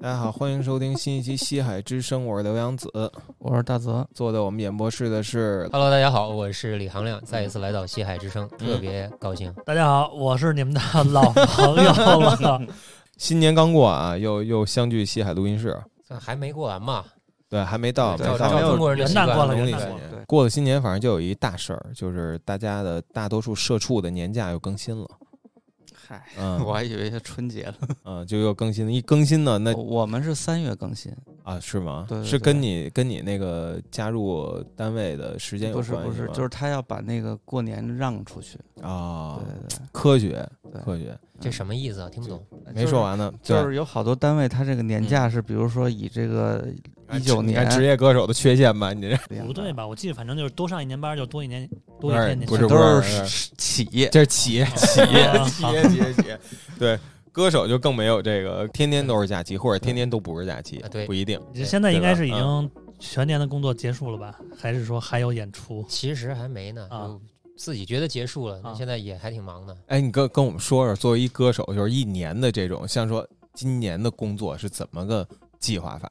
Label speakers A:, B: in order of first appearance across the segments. A: 大家好，欢迎收听新一期《西海之声》，我是刘洋子，
B: 我是大泽，
A: 坐在我们演播室的是
C: Hello，大家好，我是李行亮，再一次来到西海之声，特别高兴。
D: 大家好，我是你们的老朋 友了。
A: 新年刚过啊，又又相聚西海录音室，
C: 算还没过完嘛？
A: 对，还没到，没
B: 对
C: 照
B: 还没
C: 照
B: 有
C: 中
A: 到。
C: 国人的习惯
D: 元旦过了
A: 农历
D: 元旦
A: 新
D: 过
A: 年
B: 对
A: 过了新年，反正就有一大事儿，就是大家的大多数社畜的年假又更新了，
B: 嗨，
A: 嗯
B: 我还以为是春节了。
A: 嗯，就又更新了。一更新呢，那
B: 我们是三月更新，
A: 啊是吗？
B: 对对
A: 是
B: 对
A: 跟你跟你那个加入单位的时间有
B: 不
A: 关
B: 是
A: 系
B: 不是，
A: 吗
B: 就是他要把那个过年让出去。
A: 啊
B: 对，对
A: 科学
B: 对
A: 科学
C: 这什么意思啊？听不懂。
B: 对，
A: 没说完呢，
B: 就
A: 对嗯
B: 是。就是有好多单位，他这个年假是，比如说以这个
A: 按
B: 19
A: 你看
B: 年
A: 职业歌手的缺陷吧，你这
D: 不对吧？我记得反正就是多上一年班就多一年多一
A: 不是
D: 天
A: 哎
D: 年假，
A: 不是
B: 都
A: 不
B: 是是起，
A: 这是企业 企业
D: 啊
A: 企业企业企业，对。歌手就更没有这个，天天都是假期，或者天天都不是假期
C: 啊，对
A: 不一定。
D: 你现在应该是已经
A: 嗯
D: 全年的工作结束了吧？还是说还有演出？
C: 其实还没呢，
D: 啊
A: 嗯
C: 就自己觉得结束了，
D: 啊
C: 现在也还挺忙的。
A: 哎，你跟跟我们说说，作为一歌手，就是一年的这种，像说今年的工作是怎么个计划法？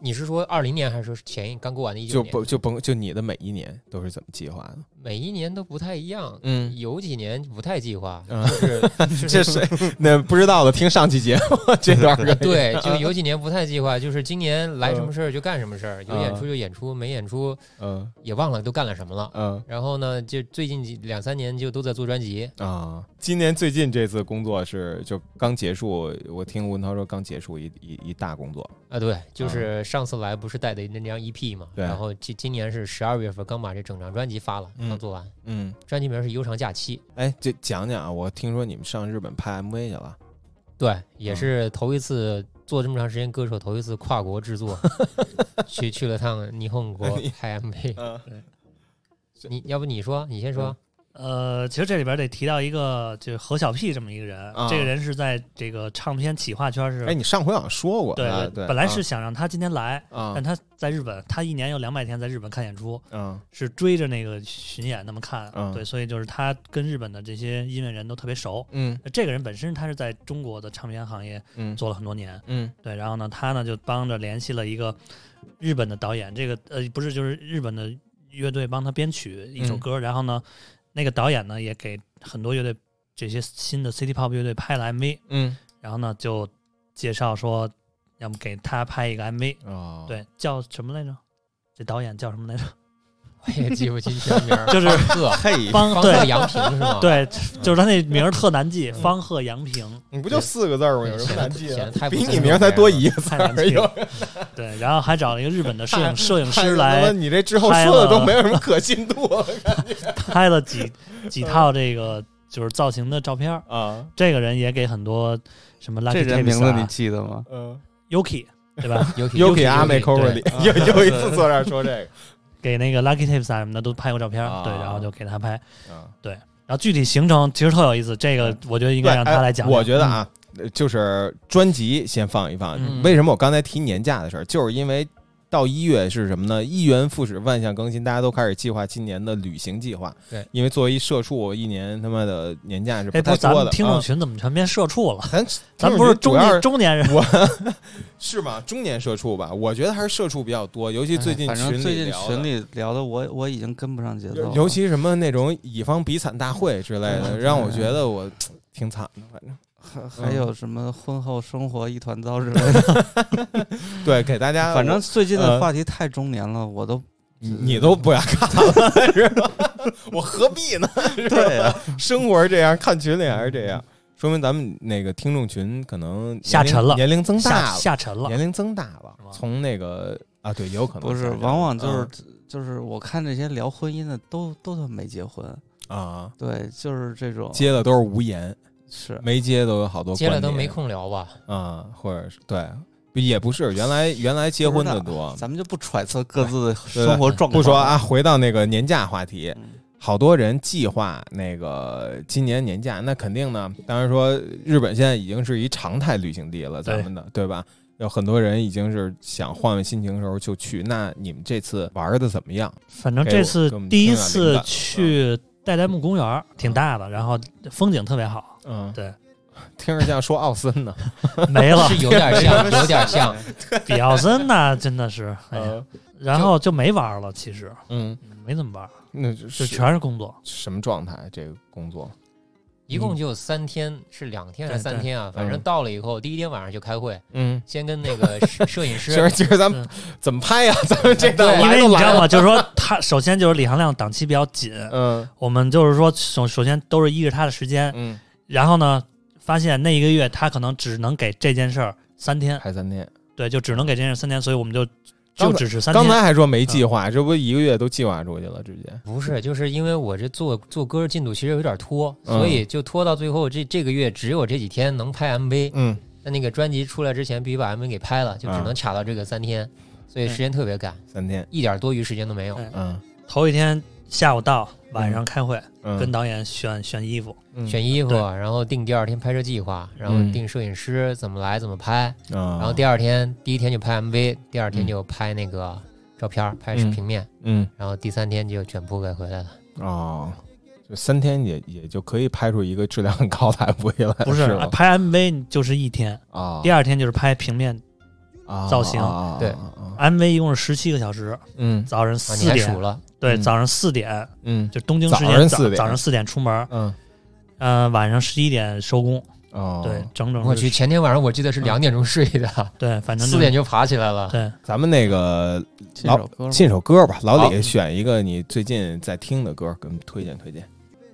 C: 你是说二零年还是说前一刚过完的一九
A: 就
C: 年？
A: 不就甭就你的每一年都是怎么计划的？
C: 每一年都不太一样，
A: 嗯，
C: 有几年不太计划，
A: 嗯
C: 就是就
A: 这谁那不知道的听上期节目 这段儿可以
C: 对，就有几年不太计划，就是今年来什么事儿就干什么事儿，有演出就演出，没演出
A: 嗯
C: 也忘了都干了什么了。
A: 嗯
C: 然后呢，就最近几两三年就都在做专辑，
A: 啊，今年最近这次工作是就刚结束，我听文涛说刚结束一一一大工作，
C: 啊，对，就是上次来不是带的那张 EP 嘛，
A: 对
C: 然后今今年是十二月份刚把这整张专辑发了，
A: 嗯
C: 刚做完，
A: 嗯，
C: 专辑名是《悠长假期》，
A: 哎，这讲讲啊，我听说你们上日本拍 MV 去了，
C: 对，
A: 嗯
C: 也是头一次做这么长时间歌手，头一次跨国制 作，去去了趟霓虹国
A: 哎
C: 拍 MV，
A: 嗯，
C: 你要不你说，你先说，
D: 呃，其实这里边得提到一个，就是何小 P 这么一个人
A: 啊，
D: 这个人是在这个唱片企划圈
A: 哎，
D: 是，
A: 你上回好像说过，
D: 对
A: 啊
D: 对
A: 对，
D: 本来是想让他今天来，
A: 啊
D: 但他在日本，他一年有两百天在日本看演出，
A: 啊
D: 是追着那个巡演那么看啊
A: 嗯，
D: 对，所以就是他跟日本的这些音乐人都特别熟。
A: 嗯
D: 这个人本身他是在中国的唱片行业
A: 嗯
D: 做了很多年，
A: 嗯
D: 对，然后呢，他呢就帮着联系了一个日本的导演，这个呃不是就是日本的乐队帮他编曲一
A: 嗯
D: 首歌，然后呢，那个导演呢也给很多乐队这些新的 City Pop 乐队拍了 MV，
A: 嗯
D: 然后呢就介绍说，要么给他拍一个 MV，
A: 哦，
D: 对，叫什么来着？这导演叫什么 来着？
C: 我也记不清全名儿，
D: 就是
C: 方鹤，
A: 嘿，
D: 方
C: 方
D: 对
C: 鹤杨平是
A: 啊
C: 吗？
D: 对，就是他那名儿特难记，方鹤杨平，
A: 你不就四个字儿吗？有什么难记
C: 显得
A: 的？
C: 太不
A: 比你
C: 尊重
A: 名儿才
C: 别人
A: 多
C: 了
A: 一个字
D: 太
A: 儿
D: 难，记
A: 有
D: 了。 对，然后还找了一个日本的摄影摄影
A: 哎太
D: 师
A: 他妈
D: 来
A: 你这之后
D: 拍
A: 说的都
D: 了
A: 没有什么可信度了
D: 拍了几
A: 嗯
D: 几套这个就是造型的照片儿。
A: 啊，
D: 这个人也给很多什么 Lucky
B: 这人
D: Tapes
B: 名字你
D: 啊
B: 记得吗？
A: 嗯
D: Yuki 对吧？
C: 尤其
A: ，Yuki 阿美 c o r y
B: 对
A: 有有一次坐这儿说这
D: 给那个 Lucky Tapes 啊什么的都拍过照片儿，
A: 啊
D: 对，然后就给他拍。
A: 个 啊。
D: 然后具体行程其实特有意思，这个我觉得应该让
A: 对哎
D: 他来讲讲。嗯
A: 我觉得啊，呃就是专辑先放一放。
C: 嗯
A: 为什么我刚才提年假的事儿，就是因为到一月是什么呢？一元复始，万象更新，大家都开始计划今年的旅行计划。
C: 对，
A: 因为作为一社畜，我一年他妈的年假是
D: 嗯，哎，
A: 不太
D: 不，咱
A: 多的。
D: 们听众
A: 啊
D: 群怎么全变社畜了？
A: 咱
D: 咱们不是
A: 听众群主
D: 中
A: 要
D: 年
A: 是
D: 中年人，
A: 是吗？中年社畜吧，我觉得还是社畜比较多，尤其最近
B: 哎反正
A: 群
B: 最
A: 里
B: 近
A: 聊
B: 群
A: 的。
B: 里聊的，我我已经跟不上节奏
A: 尤
B: 了。
A: 尤其什么那种以方比惨大会之类的，
B: 嗯
A: 让我觉得我挺惨的，反正。
B: 还还
A: 嗯
B: 有什么婚后生活一团糟之 类的，
A: 对，给大家，
B: 反正最近
A: 呃
B: 的话题太中年了，我都
A: 你你都不想看了，是吧？我何必呢？
B: 对啊，
A: 生活是这样，看群里还是这样，说明咱们那个听众群可能年龄
D: 下沉了
A: 年龄增
D: 下
A: 大了，
D: 下沉了
A: 年龄增大了
D: 是，吗
A: 从那个啊，对，也有可能
B: 不是，
A: 下沉
B: 往往就是
A: 嗯
B: 就是我看这些聊婚姻的都都他妈没结婚，
A: 啊，
B: 对，就是这种
A: 接的都是无言，
B: 是
A: 没接都有好多
C: 接了都
A: 观
C: 没
A: 点
C: 空聊吧？
A: 啊，或者是对，也不是原来原来结婚的多，
B: 咱们就不揣测各自的
A: 对
B: 生活状况，
A: 不说啊，回到那个年假话题，
B: 嗯，
A: 好多人计划那个今年年假，那肯定呢。当然说，日本现在已经是一常态旅行地了，
D: 对
A: 咱们的对吧？有很多人已经是想换换心情的时候就去。那你们这次玩的怎么样？
D: 反正
A: 给
D: 这
A: 哎我
D: 次
A: 给我们
D: 第一
A: 听点灵
D: 次
A: 感
D: 去代代木公园儿，挺大的，然后风景特别好。
A: 嗯，
D: 对，
A: 听着像说奥森呢。
D: 没了
C: 是有点像，有点像。
D: 比奥森那真的是，哎呀
A: 呃
D: 然后就没玩了，其实
A: 嗯，
D: 没怎么玩，
A: 那就
D: 就是全是工作。
A: 什么状态？这个工作
C: 一共就三天，是两天还是
D: 对对嗯
C: 三天啊？反正到了以后，第一天晚上就开会，
A: 嗯。
C: 先跟那个摄 摄影
A: 今
C: 师
A: 儿今儿咱们怎么拍呀？咱们这档
C: 对
D: 因
A: 来
D: 为
A: 都
D: 你知
A: 来
D: 道
A: 了，
D: 吗？就 是说，他首先就是李行亮档期比较紧，
A: 嗯
D: 我们就是说，首首先都是依着他的时间，
A: 嗯，
D: 然后呢，发现那一个月他可能只能给这件事儿三天，
A: 拍三天。
D: 对，就只能给这件事儿三天，所以我们就
A: 嗯刚
D: 就
A: 才
D: 只是三
A: 刚
D: 天。
A: 才还说没计划，这不一个月都计划出去了，直接。
C: 不是，就是因为我这做做歌进度其实有点拖，
A: 嗯
C: 所以就拖到最后这这个月只有这几天能拍 MV。
A: 嗯，
C: 那那个专辑出来之前必须把 MV 给拍了，就只
A: 嗯
C: 能卡到这个三天，所以
D: 嗯
C: 时间特别赶，
A: 三天。
C: 一点多余时间都没有。
D: 嗯
A: 嗯
D: 头一天下午到，晚上开会，
A: 嗯，
D: 跟导演选选衣服，
A: 嗯
C: 选衣服，
D: 对
C: 然后定第二天拍摄计划，然后
A: 嗯
C: 定摄影师怎么来怎么拍，
A: 啊，
C: 然后第二天第一天就拍 MV，第二天就拍那个照片儿，拍视平面，
A: 嗯
C: 然后第三天就卷铺盖回来了。
A: 哦，就三天也也就可以拍出一个质量很高 的 MV 来，
D: 不是
A: 呃吗
D: 拍 MV 就是一天，
A: 啊，
D: 第二天就是拍平面
A: 啊
D: 造型
A: 啊啊啊
C: 对
A: 啊啊
D: MV，一共是十七个小时，
A: 嗯
D: 早上
C: 啊，
D: 四
C: 你还数
D: 点，
C: 了，
D: 对，
A: 嗯
D: 早上四点
A: 嗯
D: 就东京时
A: 早上
D: 间
A: 4点
D: 早上四点出门，
A: 嗯
D: 嗯，晚上十一点收工，
A: 哦，
D: 对，，整整
C: 我去，前天晚上我记得是两点钟睡的，
D: 对，反
A: 嗯
D: 正
C: 四点就爬起来了。
D: 对，
A: 咱们那个
B: 这首歌
A: 进首歌吧，老李
B: 好
A: 选一个你最近在听的歌，给我们推荐推荐。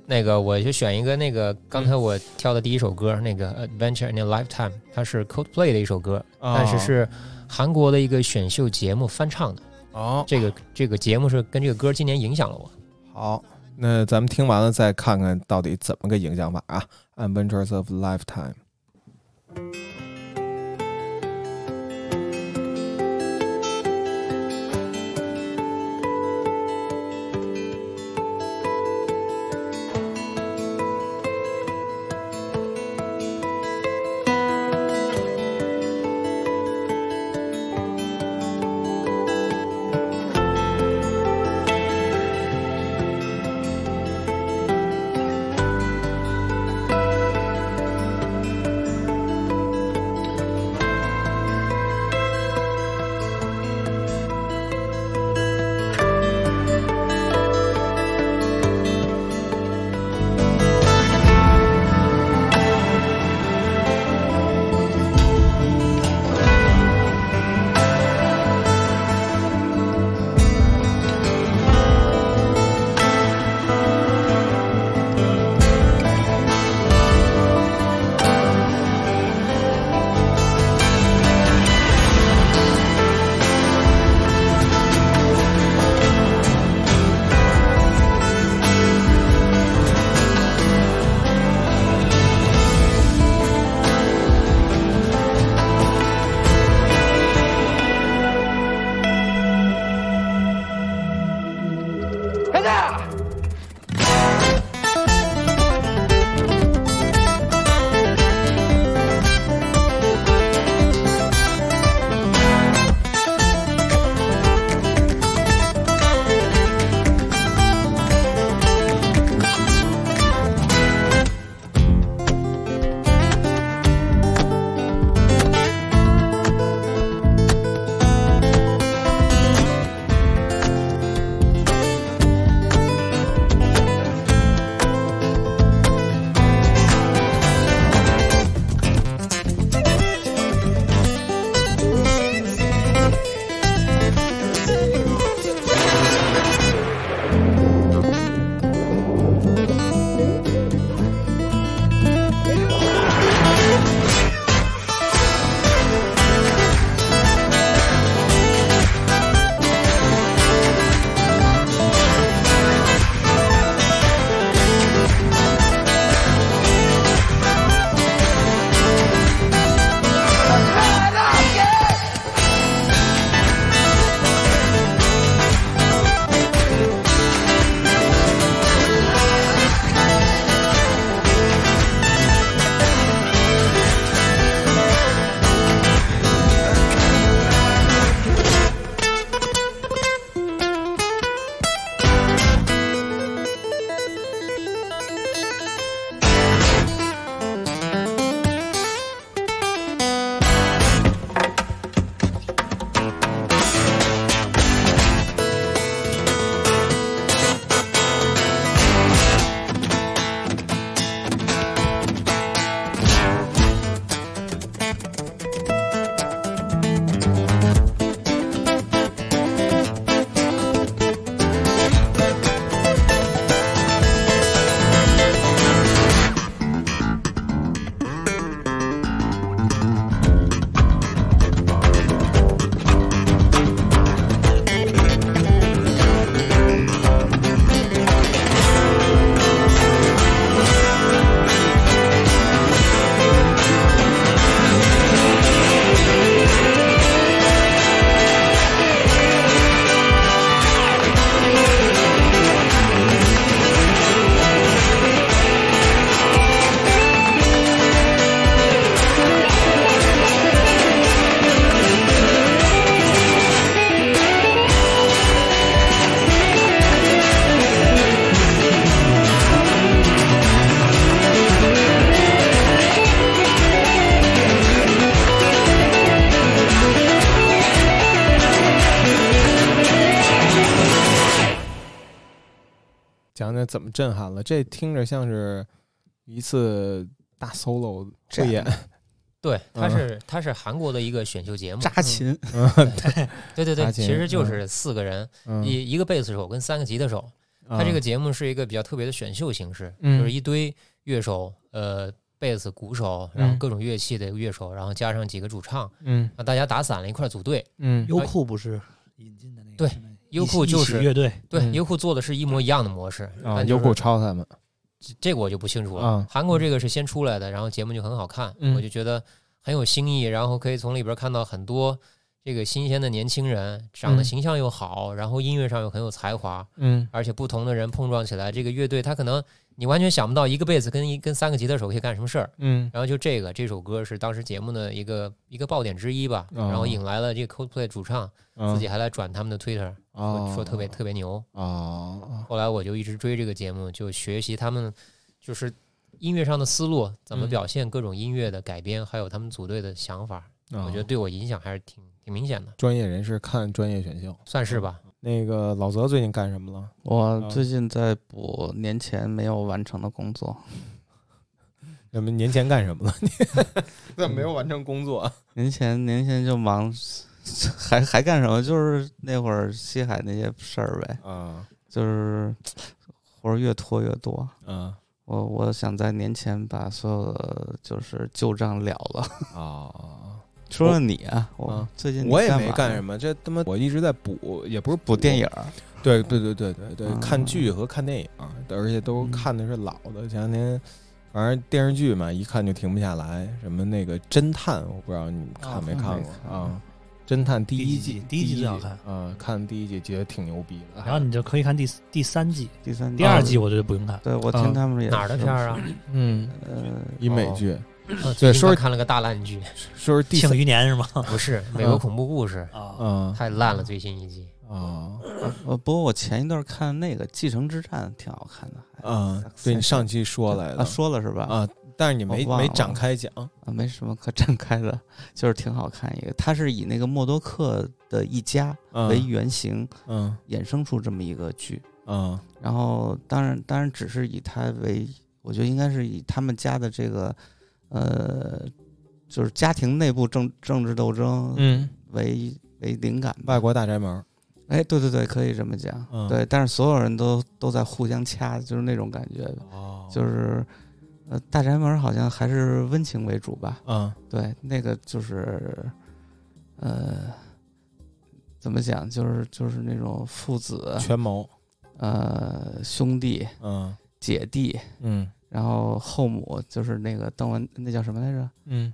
C: 那个我就选一个那个刚才我挑的第一首歌，那个《Adventure in a Lifetime》，它是 Coldplay 的一首歌，
A: 哦
D: 哦
C: 但是是韩国的一个选秀节目翻唱的。
A: 哦
C: 这个这个节目是跟这个歌今年影响了我。
A: 好，那咱们听完了再看看到底怎么个影响法啊？Adventures of Lifetime。
E: 「
A: 怎么震撼了？这听着像是一次大 solo
B: 这
D: 啊
A: 汇 演，
C: 对，它
A: 嗯
C: 是它是韩国的一个选秀节目，
B: 扎琴，
C: 对对
A: 扎
C: 对，
A: 琴
C: 其实就是四个人，
A: 嗯，啊
C: 一一个贝斯手跟三个吉他手，它这个节目是一个比较特别的选秀形式，
A: 嗯
C: 就是一堆乐手，呃，贝斯、鼓手，然后
A: 嗯
C: 各种乐器的乐手，然后加上几个主唱，
A: 嗯
C: 啊，大家打散了一块儿组队。
A: 嗯
D: 优酷不是引进的那个？
C: 对
D: 是那个
C: 优酷
D: 一起
C: 就是
D: 一起乐队，
C: 对，
A: 嗯
C: 优酷做的是一模一样的模式
A: 啊，
C: 但
A: 优
C: 就是
A: 酷抄他们，
C: 这个我就不清楚了。
A: 啊
C: 韩国这个是先出来的，然后节目就很好看，
A: 嗯
C: 我就觉得很有新意，然后可以从里边看到很多这个新鲜的年轻人，长得
A: 嗯
C: 形象又好，然后音乐上又很有才华，
A: 嗯
C: 而且不同的人碰撞起来，这个乐队他可能你完全想不到一个贝斯跟一跟三个吉他手可以干什么事儿。
A: 嗯
C: 然后就这个这首歌是当时节目的一个一个爆点之一吧，
A: 哦
C: 然后引来了这个 Coldplay 主唱，
A: 嗯，
C: 自己还来转他们的 Twitter，说
A: 啊
C: 说特别特别牛。
A: 啊，
C: 后来我就一直追这个节目，就学习他们就是音乐上的思路，怎么
A: 嗯
C: 表现各种音乐的改编，还有他们组队的想法。我觉得
A: 啊
C: 对我影响还是挺挺明显的，
A: 专业人士看专业选秀。
C: 算是吧。
A: 那个老泽最近干什么了？
B: 我
A: 啊
B: 最近在补年前没有完成的工作。
A: 你们年前干什么 了？你怎么没有完成工作？
B: 年前年前就忙， 还还干什么？就是那会儿西海那些事儿呗，
A: 啊
B: 就是活儿越拖越多。
A: 啊
B: 我我想在年前把所有的就是旧账了了。
A: 啊！
B: 除了你啊，我
A: 啊
B: 最近
A: 我也没干
B: 干
A: 什
B: 么，
A: 么，这他妈我一直在补，也不是
B: 补电
A: 影。
B: 影儿。
A: 对对对对对对，
B: 嗯
A: 看剧和看电影，啊而且都看的是老的。前两天，反正电视剧嘛，一看就停不下来。什么那个侦探，我不知道你们看没看过
B: 哦看没看
A: 啊？侦探第一季，
D: 第一季第一季最好看
A: 啊！看第一季觉得挺牛逼的。
D: 然后你就可以看第四第三季、
B: 第三哦
D: 第二季，我觉得不用看。
B: 嗯对我
A: 啊
B: 听他们也
C: 哪儿的
B: 是
C: 片儿啊？
A: 嗯，
B: 呃，
A: 一美剧，
C: 啊最近
A: 说
C: 刚
A: 是
C: 看了个大烂 剧，
A: 说是第
D: 庆
A: 三
D: 余年是吗？
C: 不是美
A: 嗯
C: 国恐怖故事，
D: 啊，
A: 啊
C: 太烂了，最新一季。
A: 啊
B: 呃，不过我前一段看那个《继承之战》挺好看的，还
A: 啊！对你上期说来
B: 啊
A: 的
B: 说了是吧？
A: 啊，但是你没
B: 我忘了
A: 没展开讲
B: 啊，没什么可展开的，就是挺好看一个。它是以那个默多克的一家
A: 啊
B: 为原型
A: 嗯
B: 衍生出这么一个剧，
A: 啊
B: 然后当然当然只是以它为，我觉得应该是以他们家的这个呃，就是家庭内部政政治斗争
A: 嗯，
B: 为、为灵感吧
A: 外。国大宅门
B: 哎，对对对，可以这么讲。
A: 嗯
B: 对，但是所有人都都在互相掐，就是那种感觉，
A: 哦
B: 就是。呃，大宅门好像还是温情为主吧，
A: 啊
B: 对，那个就是，呃，怎么讲，就是就是那种父子、
A: 权谋
B: 呃兄弟
A: 嗯
B: 姐弟，
A: 嗯
B: 然后后母就是那个邓文，那叫什么来着？
A: 嗯，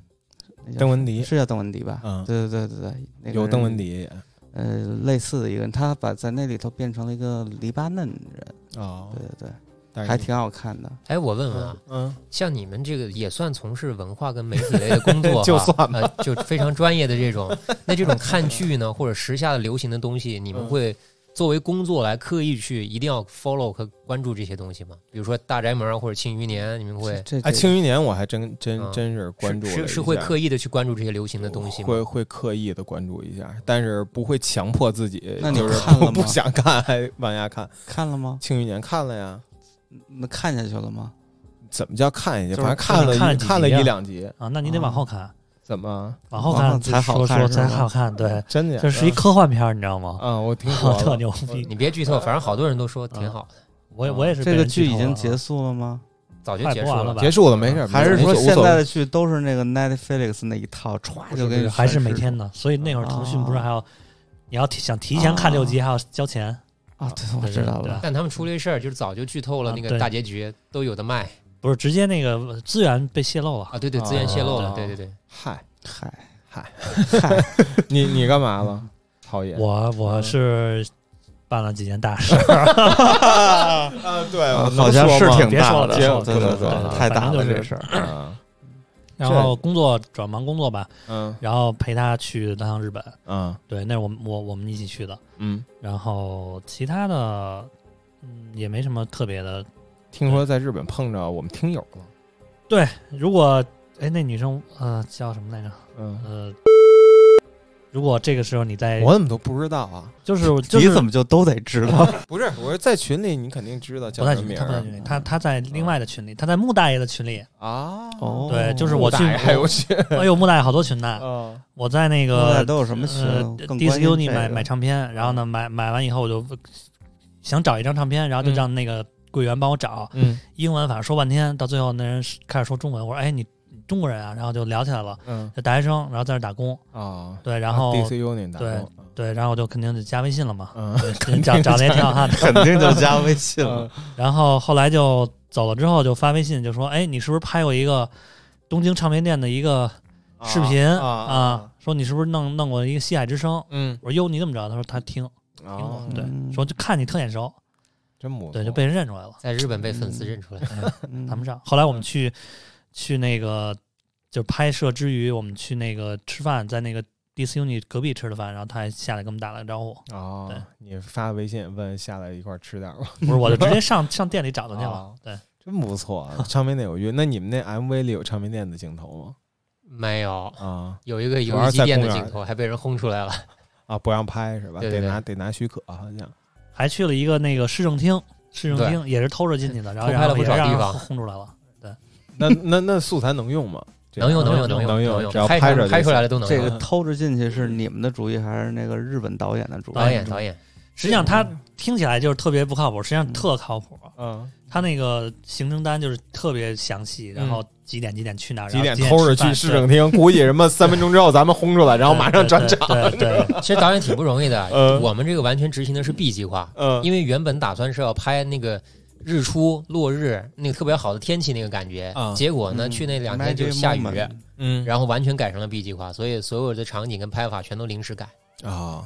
B: 那叫
A: 邓文迪
B: 是叫邓文迪吧？
A: 嗯
B: 对对对对对，那个
A: 有邓文
B: 人，
A: 迪
B: 呃，类似的一个人，他把在那里头变成了一个黎巴嫩人，
A: 哦
B: 对，对对，
A: 但是
B: 还挺好看的。
C: 哎，我问问啊
A: 嗯，嗯
C: 像你们这个也算从事文化跟媒体类的工作哈，
A: 就算
C: 呃 就非常专业的这 种。那这种看剧呢，或者时下的流行的东西，你们
A: 嗯
C: 会作为工作来刻意去一定要 follow 和关注这些东西吗？比如说《大宅门》啊，或者《庆余年》，你们会
B: 这
A: 哎，
B: 这
A: 庆余年我还真真
C: 嗯
A: 真是关注
C: 是
A: 了
C: 是
A: 一
C: 是会
A: 下
C: 刻意的去关注这些流行的东西吗？
A: 会会刻意的关注一下，但是不会强迫自己，
B: 那你
A: 就是
B: 看
A: 不
B: 了
A: 不
B: 吗
A: 想看还往下看。
B: 看了吗？
A: 庆余年看了呀，
B: 那看下去了吗？怎
A: 怎么叫看一下？
B: 就是
A: 反正看了一
D: 看了几
A: 看了
D: 集啊
A: 一两集，
D: 啊，那你得往后看，
A: 怎么
D: 往后
B: 往后
D: 看
B: 才好
D: 说
B: 看
D: 说
B: 是吗
D: 才好看。对，
A: 真的呀？
D: 这是一科幻片儿，你知道吗？
A: 啊，我 听
D: 特
A: 说了
D: 牛逼！
C: 你别剧
A: 嗯
C: 透，反正好多人都说挺好的，
D: 我也我也是被
B: 这个
D: 人剧
B: 剧
D: 透
B: 已
D: 了啊
B: 经结束了吗？
A: 嗯
C: 早就
D: 快
C: 结
D: 播
C: 束
D: 完了吧
A: 结束了，没事儿，
B: 还是
A: 没事
B: 说
A: 儿
B: 现
A: 无所
B: 在
A: 谓
B: 的剧都是那个 Netflix 那一套，歘就给你
D: 还是
B: 全
D: 每天呢，所以那
B: 哦
D: 会儿腾讯不是还要，你要提想提前看六集还要交钱，
B: 啊，对，我知道
D: 对
B: 了
D: 吧。
C: 但他们出了一事儿，就是早就剧透了
D: 啊
C: 那个
D: 对
C: 大结局，都有的卖
D: 不是直接那个资源被泄露了。
C: 啊！对对，资源泄露了，
A: 哦
C: 对对对。
A: 嗨，
B: 嗨
A: 嗨
B: 嗨，
A: 你你干嘛了？讨厌
D: 我我
A: 嗯
D: 是办了几件大 事，
A: 啊！对
B: 啊好像是挺
D: 别
B: 大
D: 说
B: 的，
D: 了
B: 对
A: 别说了
B: 对对
A: 别说了
B: 太大
D: 反
B: 了
D: 正就是
B: 这事儿。
A: 啊，
B: 嗯
D: 然后工作转忙工作吧，
A: 嗯
D: 然后陪他去了趟日本，
A: 嗯
D: 对，那是我们我我们一起去的。
A: 嗯，
D: 然后其他的，嗯，也没什么特别的。
A: 听说在日本碰着我们听友了，
D: 如果哎，那女生呃叫什么来着？
A: 嗯
D: 呃，如果这个时候你在，
A: 我怎么都不知道啊？
D: 就是就是
B: 你怎么就都得知道？
A: 不是，我是在群里，你肯定知道
D: 不
A: 叫
D: 在
A: 什么
D: 群里，
A: 名
D: 他不在
A: 儿
B: 啊
D: 群里，他他在另外的群里，他在穆大爷的群里。
A: 啊？
B: 哦，
D: 对就是我
A: 大爷
D: 去
A: 还有去
D: 哎呦，穆大爷好多群呢，
A: 啊？
D: 我在那
B: 现在
D: 个
B: 都有什么群啊
D: 呃
B: 更
D: d i s
B: 关
D: c u
B: 心
D: n
B: 这
D: 买
B: 个啊
D: 买唱片，然后呢买买完以后我就想找一张唱片，然后就
A: 嗯
D: 让那个柜员帮我找
A: 嗯
D: 英文，反正说半天，到最后那人是开始说中文，我说哎你你中国人啊，然后就聊起来了。
A: 嗯
D: 就大学生，然后在那儿打工，
A: 啊，
D: 对，然后
A: DC Union 打
D: 对
A: 工，
D: 对，然后我就肯定就加微信了嘛，
A: 哦嗯
D: 找找的也挺好看的。
B: 肯定就加微信了
A: 嗯。
D: 然后后来就走了之后就发微信就说，哎，你是不是拍过一个东京唱片店的一个 视频
A: 啊
D: 啊？说你是不是弄弄过一个《西海之声》？
A: 嗯，
D: 我说哟，你怎么知道？他说他听，
A: 哦，
D: 对
B: 嗯，
D: 说就看你特眼熟，
A: 真母
D: 对，就被人认出来了，
C: 在日本被粉丝认出来，
B: 嗯
D: 谈不上。后来我们去去那个就是拍摄之余，我们去那个吃饭，在那个 DC Uni 隔壁吃的饭，然后他还下来跟我们打了个招呼。
A: 哦
D: 对，
A: 你发微信问下来一块儿吃点儿吧，
D: 不是，我就直接上 上店里找他去了
A: 哦。
D: 对，
A: 真不错啊，唱片店有约。那你们那 MV 里有唱片店的镜头
C: 没有
A: 吗？啊
C: 有一个游
A: 主要
C: 戏
A: 是在
C: 机店的
A: 公园
C: 镜头还被人轰出来了，
A: 啊，不让拍是吧？
C: 对对
A: 得
C: 对
A: 拿得拿许可，好像
D: 还去了一个那个市政厅，市政厅也是偷着进去的，然后
C: 偷拍
D: 然
C: 了
D: 后
C: 不
D: 也
C: 少
D: 让
C: 地
D: 人
C: 方
D: 轰出来了。
A: 那那那素材能用吗？这
C: 能用
A: 样
C: 能用
D: 能
C: 用
A: 能
C: 能
A: 只要
C: 拍
A: 拍
C: 出
A: 着
C: 来拍出来
A: 了。
C: 了都能
B: 这
C: 用。
B: 个偷着进去是你们的主意还是那个日本导演的主意？
C: 导演导演，
D: 实际上他听起来就是特别不靠谱，实际上特靠谱。
A: 嗯，
D: 他那个行程单就是特别详细，然
C: 嗯
D: 后几点几点去哪儿，
A: 几点
D: 然后几
A: 偷着
D: 吃
A: 去
D: 饭
A: 市政，厅，估计什么三分钟之后咱们轰出来，然后马上转场。
D: 场。对对 对，对
C: 其实导演挺不容易的
A: 呃。
C: 我们这个完全执行的是 B 计划，
A: 嗯，
C: 因为原本打算是要拍那个日出落日，那个特别好的天气那个感觉
A: 啊。
C: 结果呢，
B: 嗯
C: 去那两天就下雨，
B: Magic Moment
A: 嗯
C: 然后完全改成了 B 计划，所以所有的场景跟拍法全都临时改。
A: 啊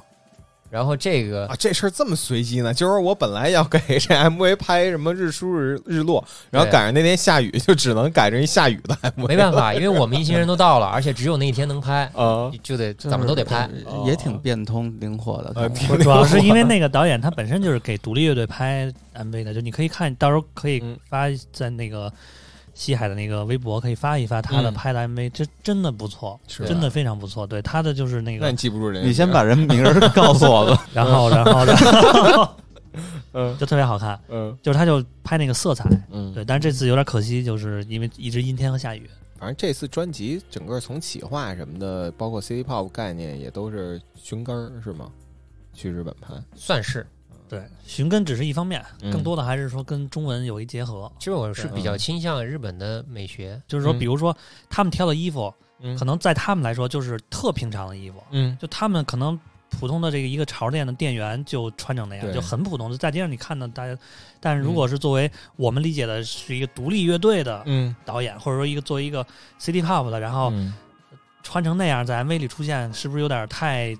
C: 然后这个
A: 啊，这事儿这么随机呢？就是我本来要给这 MV 拍什么日出日日落，然后
C: 对
A: 赶上那天下雨，就只能改成一下雨的 MV。
C: 没 办法，因为我们一行人都到了，而且只有那一天能拍，
A: 啊，
C: 就得
B: 就是
C: 怎么都得拍。
A: 哦
B: 也挺变通灵活的。
A: 呃
B: 可能
A: 挺
D: 主要是因为那个导演他本身就是给独立乐队拍 MV 的，就你可以看到时候可以
A: 嗯
D: 发在那个西海的那个微博，可以发一发他的
A: 嗯
D: 拍的 MV，这真的不错，
A: 是
D: 真的非常不错。对他的就是那
A: 那
D: 个
A: 你，记不住人家名儿？
B: 你先把人名儿告诉我吧。
D: 然后然后然后
A: 嗯
D: 就特别好看，
A: 嗯
D: 就是他就拍那个色彩。
A: 嗯，
D: 对，但是这次有点可惜，就是因为一直阴天和下雨。
A: 反正这次专辑整个从企划什么的，包括 City Pop 概念，也都是寻根儿是吗？去日本拍，
C: 算是，
D: 对，寻根只是一方面，
A: 嗯
D: 更多的还是说跟中文有一结合。
C: 其实我是
D: 对
C: 比较倾向日本的美学，
D: 就是说，
A: 嗯
D: 比如说他们挑的衣服，
A: 嗯
D: 可能在他们来说就是特平常的衣服，
A: 嗯
D: 就他们可能普通的这个一个潮店的店员就穿成那样，
A: 对
D: 就很普通，就在街上你看到大家。但是如果是作为我们理解的是一个独立乐队的
A: 嗯，
D: 导演，或者说一个作为一个 City Pop 的，然后
A: 嗯
D: 穿成那样在 MV 里出现，是不是有点太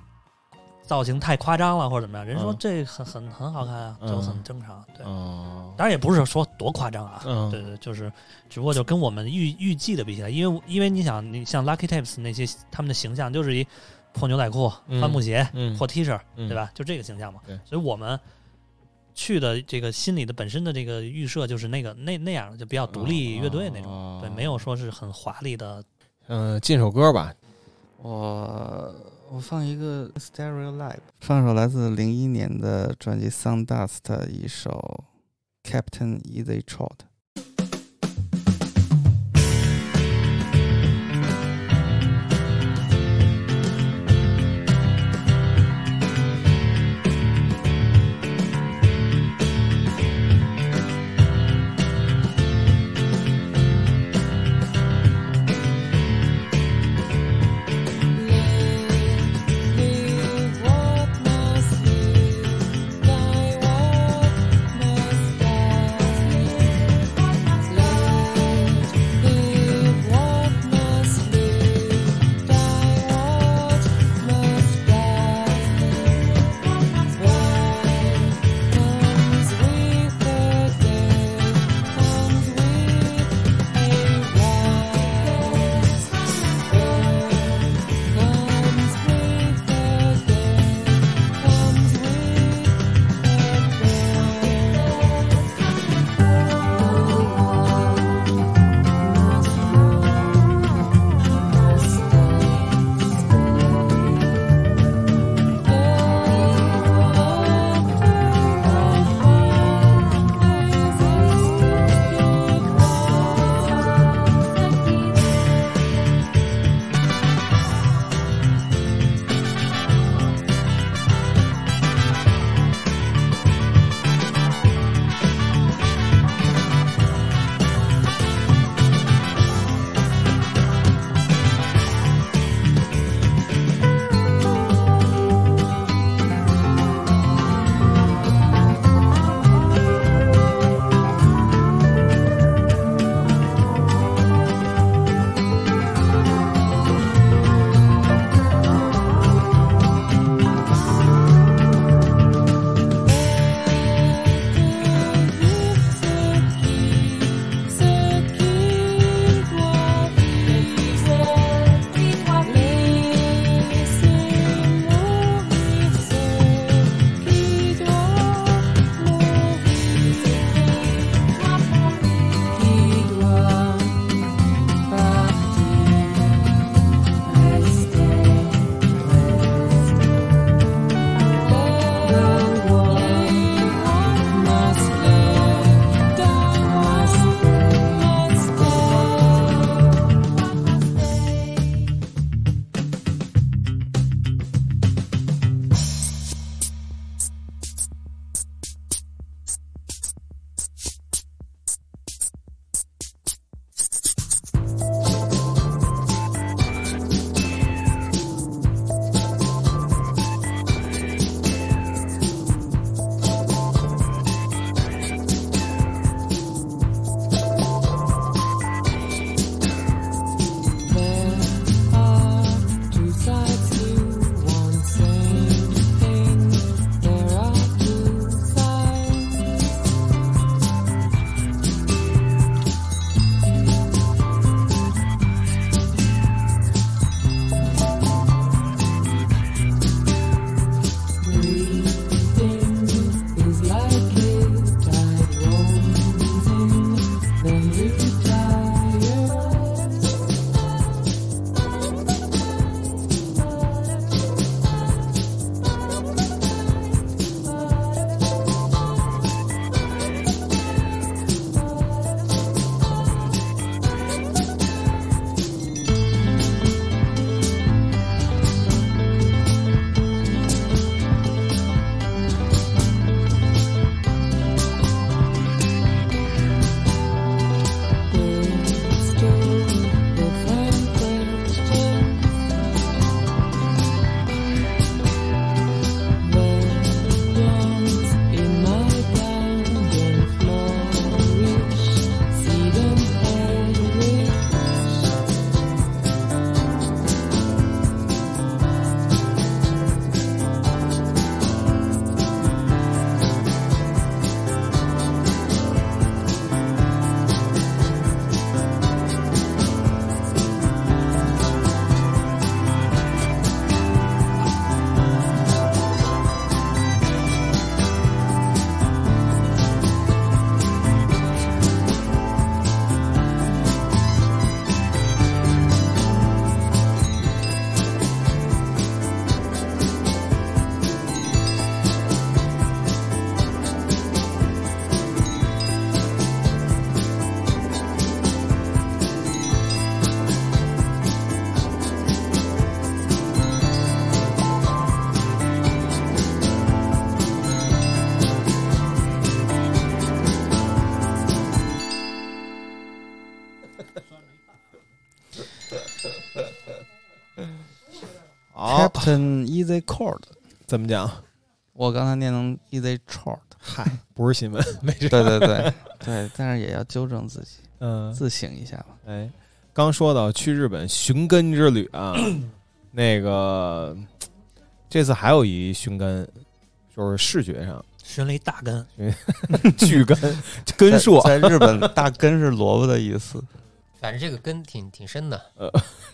D: 造型太夸张了，或者怎么样？人说
A: 嗯
D: 这很很很好看啊，
A: 嗯
D: 就很正常。对，
A: 哦，
D: 当然也不是说多夸张啊，
A: 嗯
D: 对对，就是只不过就跟我们预预计的比起来，因为因为你想，你像 Lucky Tapes 那些他们的形象就是一破牛仔裤、
A: 嗯
D: 帆布鞋、
A: 嗯
D: 破 T 恤，
A: 嗯
D: 对吧？就这个形象嘛。
A: 对
D: 所以我们。去的这个心里的本身的这个预设就是那个那那样的，就比较独立乐队那种，
A: 种
D: 对，没有说是很华丽的
A: 嗯、进首歌吧，
B: 我我放一个 Stereo Live，放一首来自零一年的专辑《Sundust》的一首 Captain Easy Trot。
E: Thank
C: 哦
A: 好，
B: Captain Easy Chord，
A: 怎么讲？
B: 我刚才念成 Easy Chord，
A: 嗨，不是新闻，没事
B: 对。对对 对，但是也要纠正自己，
A: 嗯，
B: 自省一下吧。
A: 哎，刚说到去日本寻根之旅啊，那个这次还有一寻根，就是视觉上
D: 寻了一大根，
A: 巨根根硕，
B: 在在日本，大根是萝卜的意思。
C: 反正这个根挺挺深的，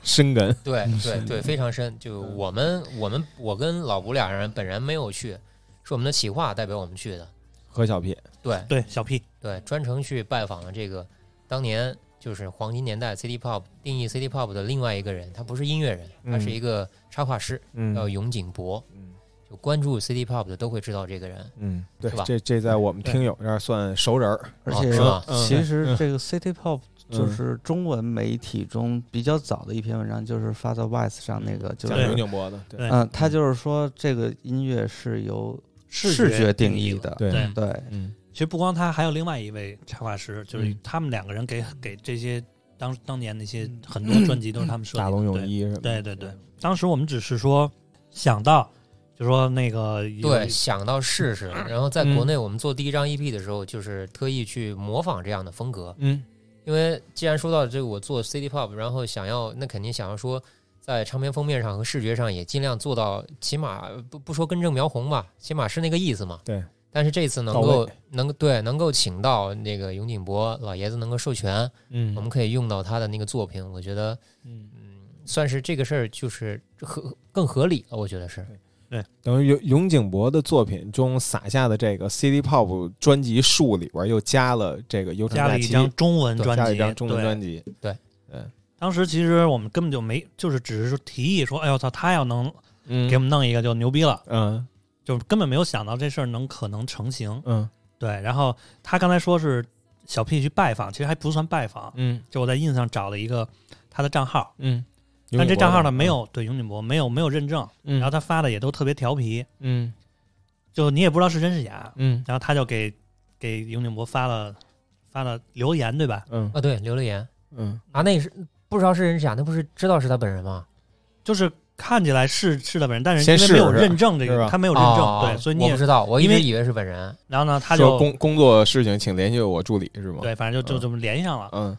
A: 深根。
C: 对对对，非常深。就我们我们我跟老吴俩人本人没有去，是我们的企划代表我们去的。
A: 何小屁，
C: 对
D: 对，小屁，
C: 对，专程去拜访了这个当年就是黄金年代 City Pop 定义 City Pop 的另外一个人，他不是音乐人，他是一个插画师，叫
A: 嗯
C: 永井博。
A: 嗯
C: 就关注 City Pop 的都会知道这个人，
A: 嗯，对
C: 是吧，
A: 这这在我们听友这儿算熟人儿，
B: 而
C: 哦
B: 且
C: 是吧
A: 嗯
B: 其实这个 City Pop
A: 嗯
B: 就是中文媒体中比较早的一篇文章，就是发到 Vice 上那个，就
A: 讲
D: 对
A: 永
B: 是
A: 井博的，对
D: 对
B: 嗯，他就是说这个音乐是由视
D: 觉
B: 觉定
D: 义
B: 义
D: 的。
B: 的，
A: 对
D: 对，
B: 对，
A: 嗯
D: 其实不光他，还有另外一位插画师，就是
C: 嗯
D: 他们两个人给给这些当当年那些很多专辑都是他们设计的。
A: 大龙
D: 对
A: 泳衣什么的，
D: 对对对，当时我们只是说想到，就说那个有
C: 对，想到试试。然后在国
A: 嗯
C: 内我们做第一张 EP 的时候，就是特意去模仿这样的风格，
A: 嗯
C: 因为既然说到这个，我做 City Pop，然后想要那肯定想要说，在唱片封面上和视觉上也尽量做到，起码不不说根正苗红吧，起码是那个意思嘛。
A: 对。
C: 但是这次能
A: 到
C: 够
A: 位
C: 能对能够请到那个永井博老爷子能够授权，
A: 嗯，
C: 我们可以用到他的那个作品，我觉得
A: 嗯
C: 算是这个事儿就是合更合理了，我觉得是。
A: 等于永永井博的作品中撒下的这个 City Pop 专辑数里边又加了这个有
D: 加了一张中文专
A: 加了
D: 辑，
A: 一张中文
D: 对
A: 专辑，
C: 对
A: 对，
D: 当时其实我们根本就没，就是只是说提议说，哎呦操，他要能
A: 嗯
D: 给我们弄一个就牛逼了，
A: 嗯
D: 就根本没有想到这事儿能可能成型。
A: 嗯
D: 对，然后他刚才说是小 P 去拜访，其实还不算拜访，
A: 嗯
D: 就我在 ins 上找了一个他的账号，
A: 嗯，
D: 但这账号呢没
A: 有，
D: 有对永井博没有没有认证，
A: 嗯
D: 然后他发的也都特别调皮，
A: 嗯
D: 就你也不知道是真是假，
A: 嗯
D: 然后他就给给永井博发了发了留言，对吧？
A: 嗯
C: 啊，对，留了言
A: 嗯
C: 啊，那是不知道是人是假，那不是知道是他本人吗？
D: 就是看起来是是的本人，但是
A: 先
D: 因为没有
A: 试试
D: 认证这
A: 是
D: 个
A: 吧，哦
D: 他没有
C: 有
D: 认证，对，所以
C: 哦
D: 你
C: 我不
D: 也
C: 知道，我一
D: 因
C: 直
D: 为
C: 以为是本人。
D: 然后呢，他
A: 说
D: 就
A: 工工作事情请联系我助理是吗？，
D: 对，反正就就这么联系上了。
A: 嗯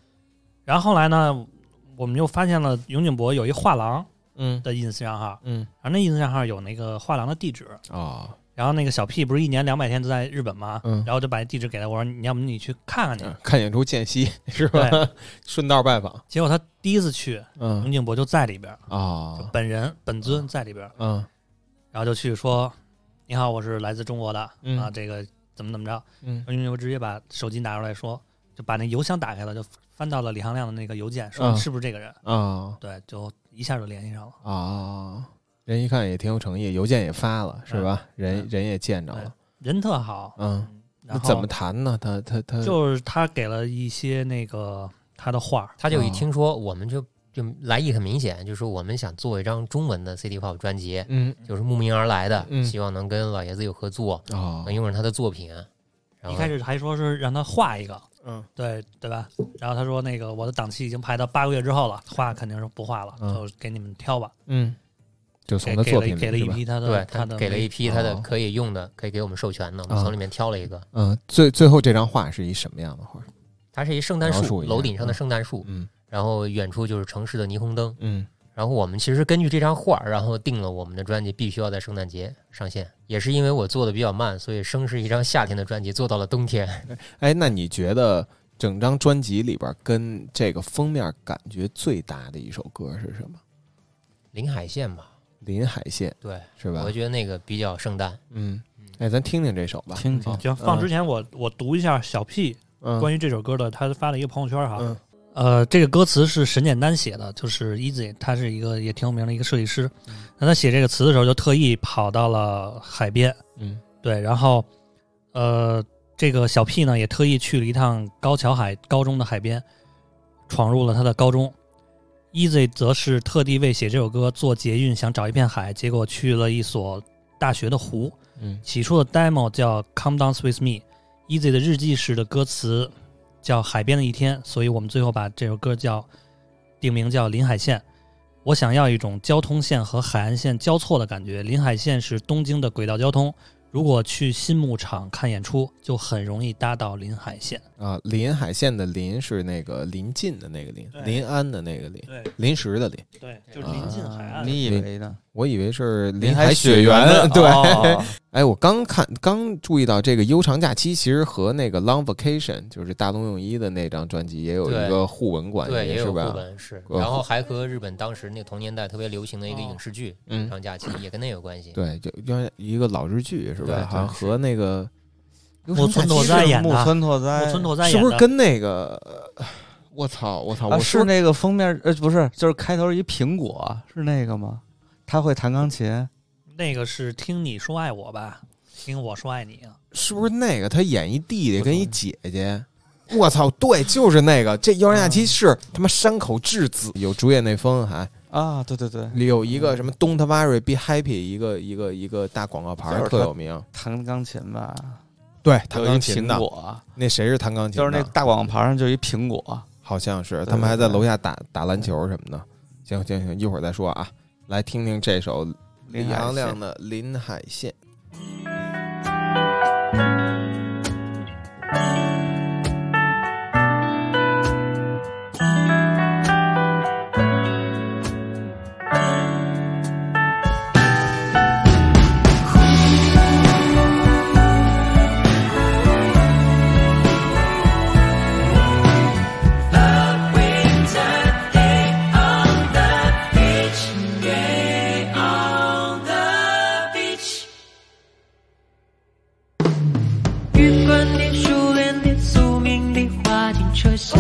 D: 然后后来呢，我们又发现了永井博有一画廊
A: 嗯
D: 的 ins 账号，
A: 嗯
D: 然后那 ins 账号有那个画廊的地址。
A: 啊
D: 然后那个小 P 不是一年两百天都在日本吗？
A: 嗯
D: 然后就把地址给他，我说你要不你去看看去。
A: 嗯看演出间隙是吧？ 顺道拜访，
D: 结果他第一次去，
A: 嗯
D: 永井博就在里边儿，就
A: 啊
D: 本人本尊在里边儿，
A: 嗯
D: 然后就去说：“你好，我是来自中国的、
A: 嗯
D: 啊，这个怎么怎么着。”
A: 嗯
D: 然后永井博直接把手机拿出来说，就把那邮箱打开了，就翻到了李行亮的那个邮件，说
A: 嗯
D: 是不是这个人？
A: 啊
D: 对，就一下就联系上了。
A: 啊。人一看也挺有诚意，邮件也发了，是
D: 哎
A: 吧？人人也见着了，
D: 人特好，
A: 嗯，那
D: 哎然后
A: 怎么谈呢？他他他
D: 就是他给了一些那个他的画儿，
C: 他就一
A: 哦
C: 听说我们就就来意很明显，就是我们想做一张中文的 City Pop 专辑，
A: 嗯
C: 就是慕名而来的，
A: 嗯
C: 希望能跟老爷子有合作，
D: 嗯
A: 啊
C: 能用上他的作品。然
D: 一
C: 后
D: 开始还说是让他画一个，
A: 嗯
D: 对对吧？然后他说那个我的档期已经排到八个月之后了，画肯定是不画了，
A: 嗯
D: 就给你们挑吧。
A: 嗯，就
D: 给
A: 从他
D: 给
A: 作
D: 了
A: 品里
D: 给了一
A: 是吧
D: 批他的，
C: 对
D: 他
C: 他
D: 的
C: 给了一批他的
A: 哦
C: 可以用的，可以给我们授权的，我们
A: 啊
C: 从里面挑了一个。
A: 嗯，最最后这张画是一什么样的画？
C: 它是一圣诞
A: 描述
C: 树，
A: 一下
C: 楼顶上的圣诞树，
A: 嗯
C: 然后远处就是城市的霓虹灯。
A: 嗯
C: 然后我们其实根据这张画儿，然后定了我们的专辑必须要在圣诞节上线。也是因为我做的比较慢，所以生是一张夏天的专辑，做到了冬天。
A: 哎，那你觉得整张专辑里边跟这个封面感觉最搭的一首歌是什么？
C: 临海线吧，
A: 林海线
C: 对，
A: 是吧
C: 我？觉得那个比较圣诞。
A: 嗯，哎，咱听听这首吧。哦嗯
B: 听听
A: 好
D: 行，放之前我我读一下小 P
A: 嗯
D: 关于这首歌的，他发了一个朋友圈哈，
A: 嗯
D: 呃，这个歌词是沈简单写的，就是 Easy，他是一个也挺有名的一个设计师。
A: 嗯
D: 那他写这个词的时候，就特意跑到了海边，
A: 嗯
D: 对，然后呃，这个小 P 呢也特意去了一趟高桥海高中的海边，闯入了他的高中。Easy 则是特地为写这首歌做捷运，想找一片海，结果去了一所大学的湖。
A: 嗯
D: E 起初的 demo 叫《Come Dance with Me》，Easy 的日记式的歌词叫《海边的一天》，所以我们最后把这首歌叫定名叫《临海线》。我想要一种交通线和海岸线交错的感觉。临海线是东京的轨道交通，如果去新牧场看演出，就很容易搭到临海线。
A: 啊，临海线的临是那个临近的那个临
D: 对，
A: 临安的那个临，
D: 对
A: 临时的临。
D: 对，
C: 就是
A: 临
B: 啊
A: 近
B: 你以为呢？
A: 我以为是
B: 林
A: 海
B: 雪
A: 原，对。
B: 哦
A: 哎，我刚看刚注意到这个悠长假期，其实和那个 Long Vacation，就是大东泳一的那张专辑也有
C: 对
A: 一个互文关
C: 对，
A: 系，
C: 也有
A: 啊是
C: 部
A: 吧？
C: 分是，
A: 呃
C: 然后还和日本当时那个同年代特别流行的一个影视剧《
A: 嗯
C: 长假期》也跟那有关系。
A: 对，就原一个老日剧是
C: 对
A: 吧？好像
C: 对是
A: 和那个悠
D: 木
A: 长假
D: 村拓
A: 期
D: 哉演的
B: 木村拓哉，
D: 木村拓哉
A: 哎是
D: 演
A: 不是
D: 的，
A: 跟那个？呃我操！我操！
B: 啊，
A: 我
B: 是
A: 说
B: 那个封面，呃，不是，就是开头一苹果，是那个吗？他会弹钢琴，
D: 那个是听你说爱我吧，听我说爱你啊。
A: 是不是那个？他演一弟弟跟一姐姐。我操！对，就是那个。这悠长假期
B: 嗯
A: 是他妈山口智子有主演那风还。
B: 啊，对对对，
A: 有一个什么 “Don't worry, be happy” 一个一个一个大广告牌
B: 就
A: 儿
B: 是
A: 特
B: 他
A: 有名。
B: 弹钢琴吧，
A: 对，
B: 有
A: 弹
B: 一
A: 钢琴的
B: 苹果，
A: 那谁是弹钢琴
B: 就
A: 的？
B: 是那大广告牌上就一苹果。
A: 好像是
B: 对
A: 他们还在
B: 对
A: 楼下打打篮球什么的。行行行，一会儿再说啊。来听听这首李
B: 林海
A: 阳
B: 线
A: 亮的《临海线》。
E: 雨管里、树帘里、宿命里滑进车厢。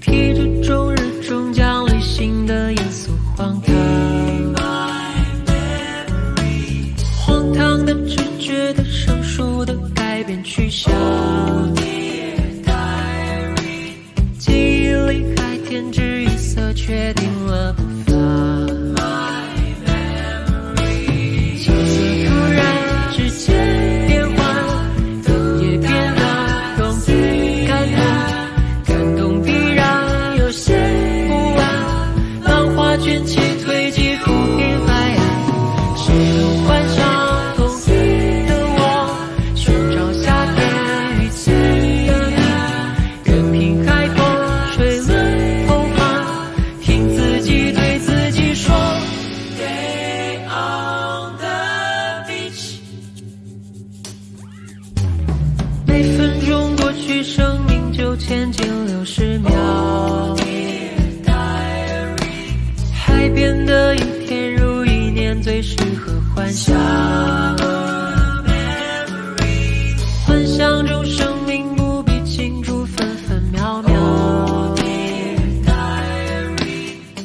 E: 披着终日终将旅行的严肃荒唐。荒唐的、直觉的、生疏的、改变去向。记忆里还添置一色，确定了步伐。角色突然之间变换，也变得更感动，感动必然有些不安，浪花卷起退几湖边海岸，谁都换上同一的我，寻找夏天雨季的你，任凭海风吹乱头发，听自己对自己说。Day on the beach。每分钟过去，生命就前进六十秒。海边的一天如一年，最适合幻想。幻想中生命不必清楚分分秒秒。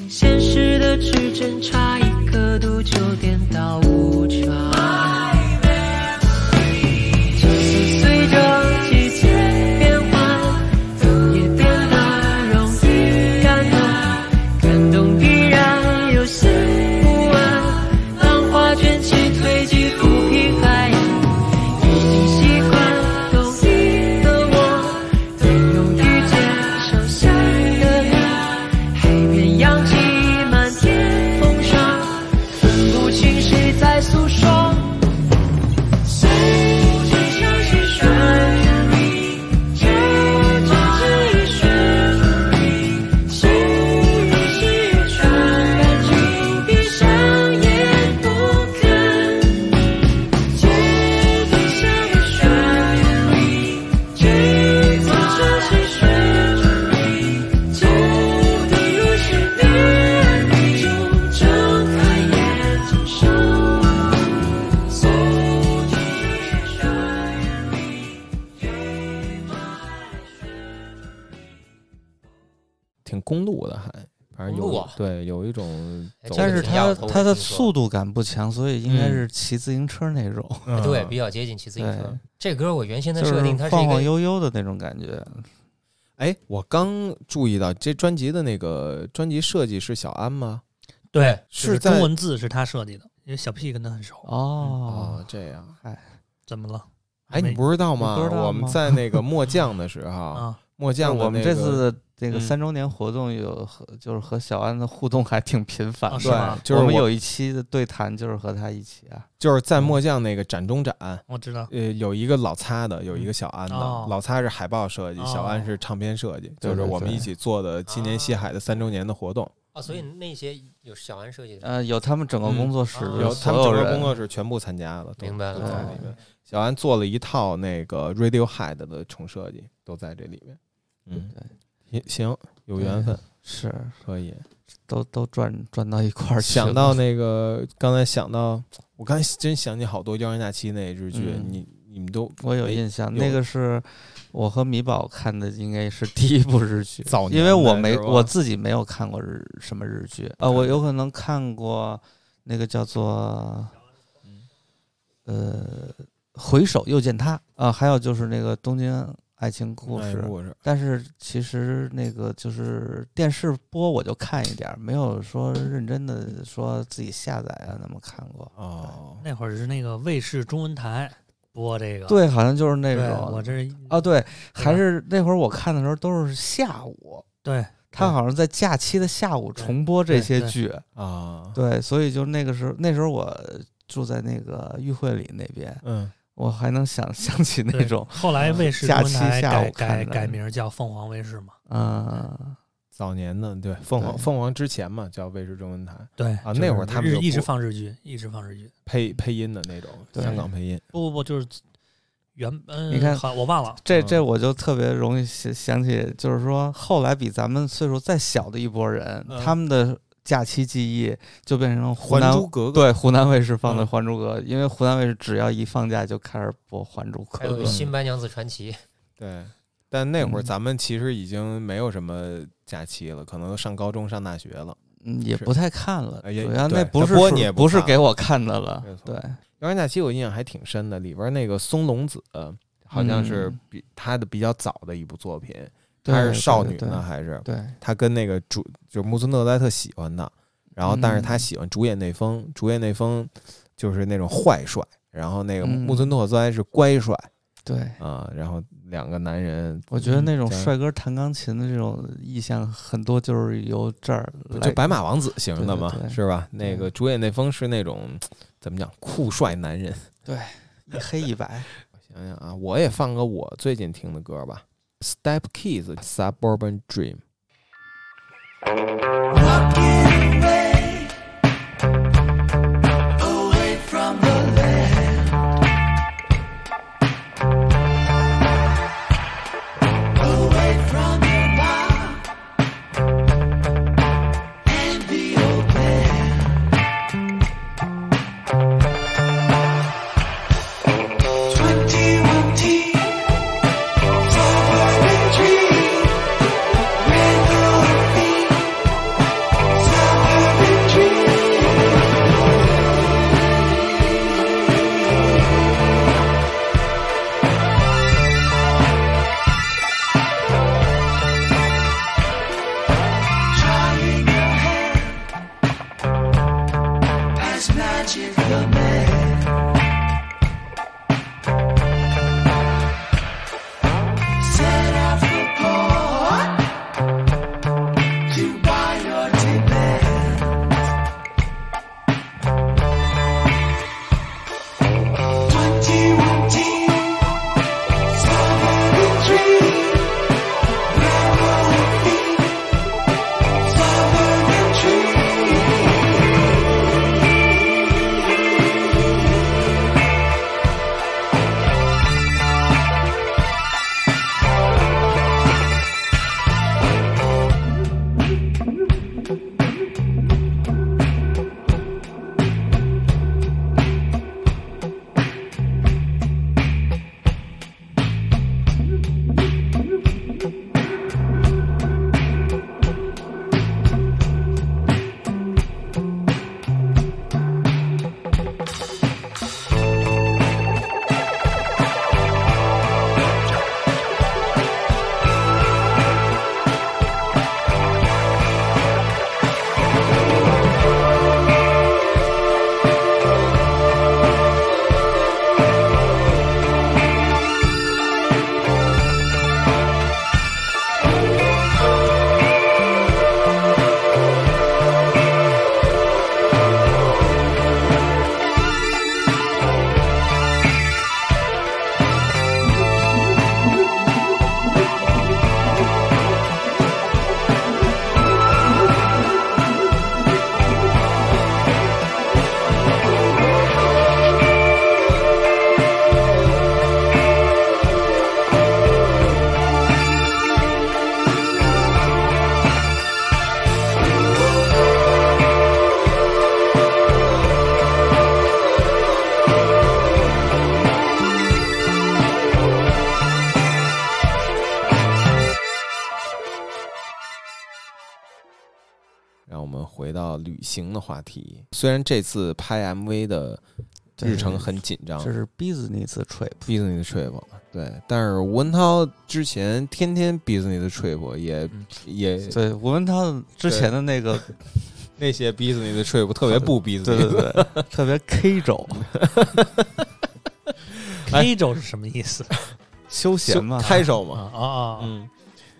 E: 现实的指针差一刻度就颠倒无常。角色随着季节变换，也变得容易感动，感动必然有些不安。浪花卷起退几浮皮海洋，已经习惯懂你的我，没有遇见盛夏的你。海边扬起满天风沙，分不清谁在诉说。谁在相信 surgery？谁在质疑 surgery？谁在喜悦传感情？闭上眼不看。谁在相信 surgery？谁在相信 surgery？走的路是别人眼中睁开眼睛上，走进这些山里，夜晚还
A: 挺公路的还，反正有
C: 公路啊
A: 对有一种
C: 哎
A: 走
C: 这
B: 但
A: 的
B: 是
C: 个挺压
B: 它
C: 头的
B: 它的
C: 听说
B: 速度感不强，所以应该
A: 嗯
B: 是骑自行车那种，
A: 嗯
C: 哎对，比较接近骑自行车
B: 对。
C: 这歌我原先的
B: 就
C: 设
B: 是
C: 定，它是一
B: 晃晃
C: 个
B: 悠悠的那种感觉。
A: 哎，我刚注意到这专辑的那个专辑设计是小安吗？
D: 对，
A: 是
D: 就是
A: 在哦
D: 中文字是他设计的，因为小 P 跟他很熟。
B: 哦，
A: 这样
D: 怎么了？
A: 哎，你
D: 没
A: 不知道吗？
B: 你不知道吗
A: 我们在那个末将的 时候，
D: 啊？
A: 末将的
B: 我们
A: 那个
B: 这次的这个
A: 嗯
B: 三周年活动有和、就是和小安的互动还挺频繁
D: 哦
B: 的，
D: 是吗
A: 对，就是
B: 我
A: 我
B: 们有一期的对谈就是和他一起啊，
A: 就是在末将那个展中展，
D: 我知道，
A: 呃，有一个老擦的，
B: 嗯
A: 有一个小安的。
D: 哦
A: 老擦是海报设计，
D: 哦
A: 小安是唱片设计，就
B: 对
A: 是
B: 对
A: 我们
B: 对
A: 一起做
B: 啊
A: 的今年西海的三周年的活动，
C: 啊，所以那些有小安设计的，
B: 呃，有他们整个工作室
C: 嗯
B: 的
A: 有他
B: 所
A: 们
B: 有
A: 整个
B: 人，
A: 工作室全部参加了，都
C: 明白了
A: 都在
B: 哦
A: 里面。小安做了一套那个 Radiohead 的重设计，都在这里面。嗯，行行，有缘分
B: 是
A: 可以。
B: 都都转转到一块儿去了，
A: 想到那个刚才想到，我刚才真想起好多《妖人假期》那日剧，
B: 嗯
A: 你你们都
B: 我有
A: 没
B: 印象，
A: 哎有
B: 那个是我和米宝看的，应该是第一部日剧。
A: 早年
B: 因为我
A: 代
B: 没
A: 是吧
B: 我自己没有看过日什么日剧啊，我有可能看过那个叫做
A: 嗯
B: 呃《回首又见他》啊，还有就是那个《东京爱情故
A: 哎
B: 事》，
A: 故事
B: 但是其实那个就是电视播我就看一点儿，没有说认真的说自己下载啊那么看过。
A: 哦，
D: 那会儿是那个卫视中文台播这个，
B: 对，好像就是那
D: 对，
B: 种
D: 我这
B: 啊，对，还
D: 吧
B: 是那会儿我看的时候都是下午，
D: 对
B: 他
D: 对
B: 好像在假期的下午
D: 对
B: 重播这
D: 对
B: 些
D: 对
B: 剧，
A: 啊，
B: 对，所以就那个时候，那时候我住在那个玉会里那边，
A: 嗯，
B: 我还能想想起那
D: 对
B: 种，
D: 后来卫视中
B: 假
D: 文
B: 期
D: 台
B: 下
D: 改
B: 午看
D: 改
B: 的
D: 改名叫凤凰卫视嘛，
B: 嗯，
A: 早年的对凤凰
B: 对
A: 凤凰之前嘛叫卫视中文台
D: 对
A: 啊，
D: 就是
A: 那会儿他们
D: 日
A: 就
D: 一直
A: 不
D: 放日剧，一直放日剧，
A: 配配音的那种
B: 对
A: 香港配音，
D: 不不不，就是原嗯，
B: 你看
D: 好，我 忘了，
A: 嗯
B: 这这我就特别容易想想起，就是说后来比咱们岁数再小的一波人，
A: 嗯
B: 他们的假期记忆就变成湖
A: 还
B: 南。
A: 珠格格》
B: 对，湖南卫视放的
A: 嗯
B: 《还珠格格》，因为湖南卫视只要一放假就开始播《还珠格
C: 还
B: 格
C: 有》，新白娘子传奇，
A: 对，但那会儿
B: 嗯
A: 咱们其实已经没有什么假期了，可能都上高中上大学了。
B: 嗯，也
A: 是
B: 不太看了。
A: 哎也
B: 主要
A: 对
B: 那不
A: 他
B: 是
A: 播
B: 属
A: 你也不
B: 不是
A: 看
B: 给我看的了
A: 没错。
B: 对，
A: 妖人假期我印象还挺深的，里边那个松隆子好像是
B: 嗯
A: 比他的比较早的一部作品，
B: 对
A: 她是少
B: 对
A: 女
B: 对
A: 呢还是
B: 对，
A: 她跟那个主就是木村拓哉特喜欢的，然后但是
B: 嗯
A: 他喜欢竹野内丰，竹野内丰就是那种坏帅，然后那个
B: 嗯
A: 木村拓哉是乖帅。
B: 对，
A: 啊，然后两个男人，
B: 我觉得那种
A: 嗯加
B: 帅哥弹钢琴的这种意象，很多就是由这儿来
A: 嗯就白马王子型的嘛，
B: 对对对
A: 是吧？
B: 对
A: 那个主演那峰是那种怎么讲酷帅男人。
B: 一黑 一白。
A: 想想啊，我也放个我最近听的歌吧，Step Kids Suburban Dream。
F: Dream, rhythm, beat, so
A: 让我们回到旅行的话题。虽然这次拍 MV 的
B: 对
A: 日程很紧张
B: 这是 business trip，
A: ，business trip，对，但是吴文涛之前天天 business trip，也
C: 嗯
A: 也
B: 对吴文涛之前的那个，
A: 那些 business trip 特别不 business，
B: 对对对，特别 K 轴
A: 哎
D: K 轴是什么意 思？
B: 休
A: 就
B: 闲嘛，
A: 开手嘛，
D: 啊啊啊！啊
A: 嗯，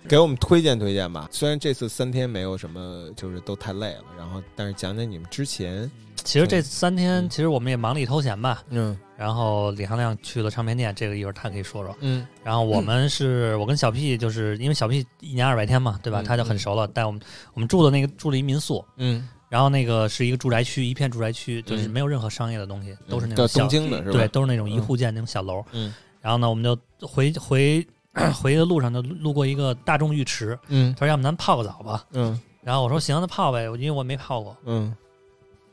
A: 给我们推荐推荐吧。虽然这次三天没有什么，就是都太累了，然后但是讲讲你们之前，
D: 其实这三天
A: 嗯
D: 其实我们也忙里偷闲吧，
A: 嗯
D: 然后李行亮去了唱片店，这个一会儿他可以说说。
A: 嗯
D: 然后我们是、我跟小 P，就是因为小 P 一年二百天嘛，对吧？
A: 嗯
D: 他就很熟了，带我们我们住的那个住了一民宿，
A: 嗯，
D: 然后那个是一个住宅区，一片住宅区，就是
A: 嗯
D: 没有任何商业的东西，都是那种
A: 叫
D: 小
A: 东京的是吧？
D: 对，，都是那种一户建那种小楼。
A: 嗯
D: 然后呢，我们就回回 回的路上就路过一个大众浴池，
A: 嗯
D: 他说要不咱泡个澡吧？
A: 嗯
D: 然后我说行，那泡呗，我因为我没泡过。
A: 嗯，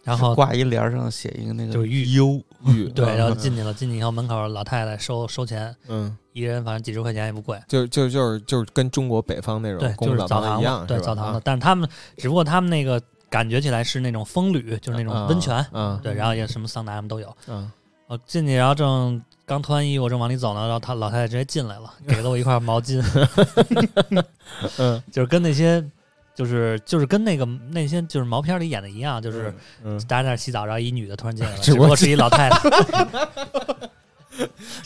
D: 然后
B: 挂一帘儿上写一个那个
D: 就是浴
B: 优，
A: 玉
D: 对，然后
A: 嗯
D: 进去了，进去以后门口老太太收收钱，
A: 嗯，
D: 一人反正几十块钱也不贵。
A: 就就就是就是跟中国北方那
D: 对
A: 种，
D: 就
A: 公
D: 是
A: 澡
D: 澡
A: 堂
D: 堂
A: 一
D: 嘛
A: 样，
D: 对
A: 是吧
D: 澡堂的，
A: 啊
D: 但是他们只不过他们那个感觉起来是那种风吕，就是那种温泉，
A: 啊
D: 对，然后也什么桑拿什么都有。
A: 啊，
D: 我哦进去，然后正刚脱完衣服，正往里走呢，然后他老太太直接进来了，给了我一块毛巾，
A: 嗯，
D: 就是跟那些，就是就是跟那个那些就是毛片里演的一样，就
A: 就是嗯，
D: 大家在那儿洗澡，然后一女的突然进来了，
A: 只
D: 只
A: 不
D: 不
A: 过
D: 过是一老太太，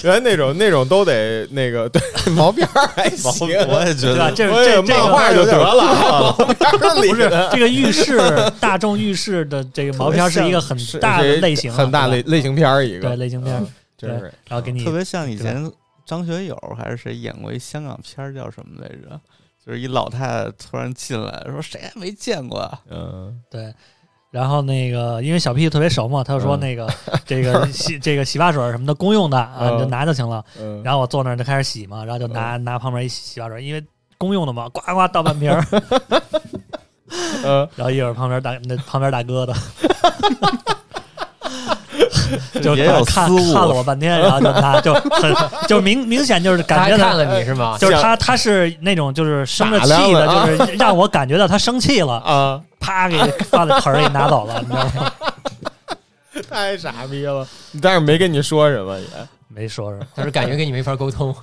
A: 原来那种那种都得那个对毛边儿还行，
B: 我也觉
D: 对吧？
B: 得
D: 这
A: 我以为
D: 这这
A: 漫
D: 个
A: 画就得 了啊，毛边儿里
D: 不是
A: 的
D: 这个浴室，大众浴室的这个毛片是一个很
A: 是
D: 大的
A: 是
D: 类型了，
A: 很大类
D: 对吧
A: 类型片儿一个，
D: 对类型片儿
A: 嗯，真是
D: 然后给你
B: 特别像以前张学友还是谁演过一香港片儿叫什么来着？就是一老太太突然进来说：“谁还没见过啊
A: 嗯
D: 对，然后那个因为小屁特别熟嘛，他就说
A: 嗯
D: 那个、这个洗这个洗发水什么的公用的啊，
A: 嗯
D: 你就拿就行了。
A: 嗯，
D: 然后我坐那儿就开始洗嘛，然后就拿、拿旁边一洗发水，因为公用的嘛，呱呱倒半瓶儿。
A: 嗯
D: 然后一会儿旁边大那旁边大哥的。就
B: 也有
D: 看
B: 私物
D: 看了我半天，然后就拿就很就明明显就是
C: 他
D: 感
C: 还
D: 觉
C: 看
D: 到，
C: 了你是吗？
D: 就是
A: 想
D: 他他是那种就是生着
A: 打量
D: 气的，
A: 了啊
D: 就是让我感觉到他生气了，
A: 啊，
D: 啪给放在盆儿给拿走了，你知道吗？
A: 太傻逼了！但是没跟你说什么也，
D: 没说什么，
C: 他说感觉跟你没法沟通，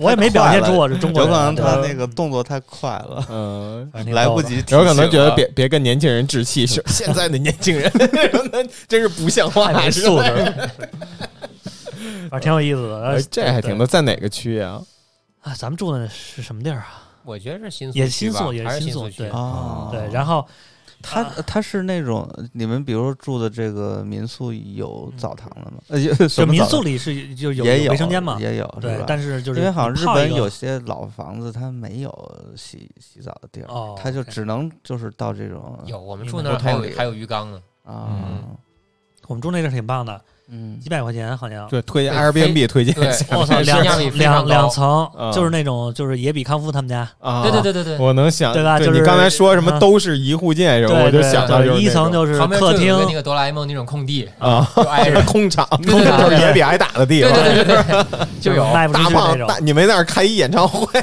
D: 我也没表现出我是中？”国
B: 有可
D: 人啊。
B: 能他
D: 对
B: 那个动作太快了，
A: 嗯，
D: 反正挺
B: 来
D: 逗
B: 不
D: 的。
B: 及提醒
A: 有
B: 了，
A: 可能觉得别别跟年轻人置气，是现在的年轻人 真是不像
D: 太
A: 话，
D: 没
A: 是吧
D: 素质了，反正挺有意思的。
A: 哎
D: 呃
A: 这还挺多，在哪个区啊？
D: 啊，咱们住的是什么地儿啊？
C: 我觉得是新宿
D: 也是
C: 区
D: 新
C: 吧
D: 宿也是
C: 还是
D: 新宿
C: 宿区
D: 对
B: 啊。
D: 对，然后
B: 他
D: 啊
B: 他是那种你们比如说住的这个民宿有澡堂的吗？呃，
D: 就
B: 就
D: 民宿里是就有
B: 也有
D: 卫生间嘛，
B: 也有是
D: 对
B: 吧，
D: 但是就是
B: 因为好像日
D: 泡一
B: 本
D: 个
B: 有些老房子它没有洗洗澡的地儿，
D: 哦，
B: 它就
D: OK
B: 只能就是到这种
C: 有我们
D: 明
C: 住
D: 白
C: 那儿还
B: 胡同
C: 有
B: 里
C: 还有鱼缸呢，
A: 嗯
B: 啊，
D: 我们住那地儿挺棒的，
B: 嗯
D: 几，百块钱好像。
A: 对，推荐
C: 啊对
A: Airbnb 推荐
C: 对
A: 一，下
D: 我操，
C: 性价比
D: 两
C: 非常
D: 两
C: 高
D: 两层
A: 啊，
B: 嗯
D: 就是那种就是野比康夫他们家，
A: 啊！
C: 对对对对对，
A: 我能想
D: 对吧就是
A: 你刚才说什么
D: 啊
A: 都是一户建什么，
D: 对
A: 我就
D: 对，
A: 想到
D: 就
A: 就是
D: 一层就是
C: 旁边就
D: 客厅
C: 有一个那个哆啦 A 梦那种空 地，
A: 啊，。
C: 就挨着
A: 空场，
C: 对对对
A: 就是
C: 对
A: 野比挨打的地
C: 对
A: 方，
C: 对对对对， 就有
D: 卖不出
A: 大
D: 去那
A: 胖
D: 种
A: 大，，你没在那儿开一演唱会，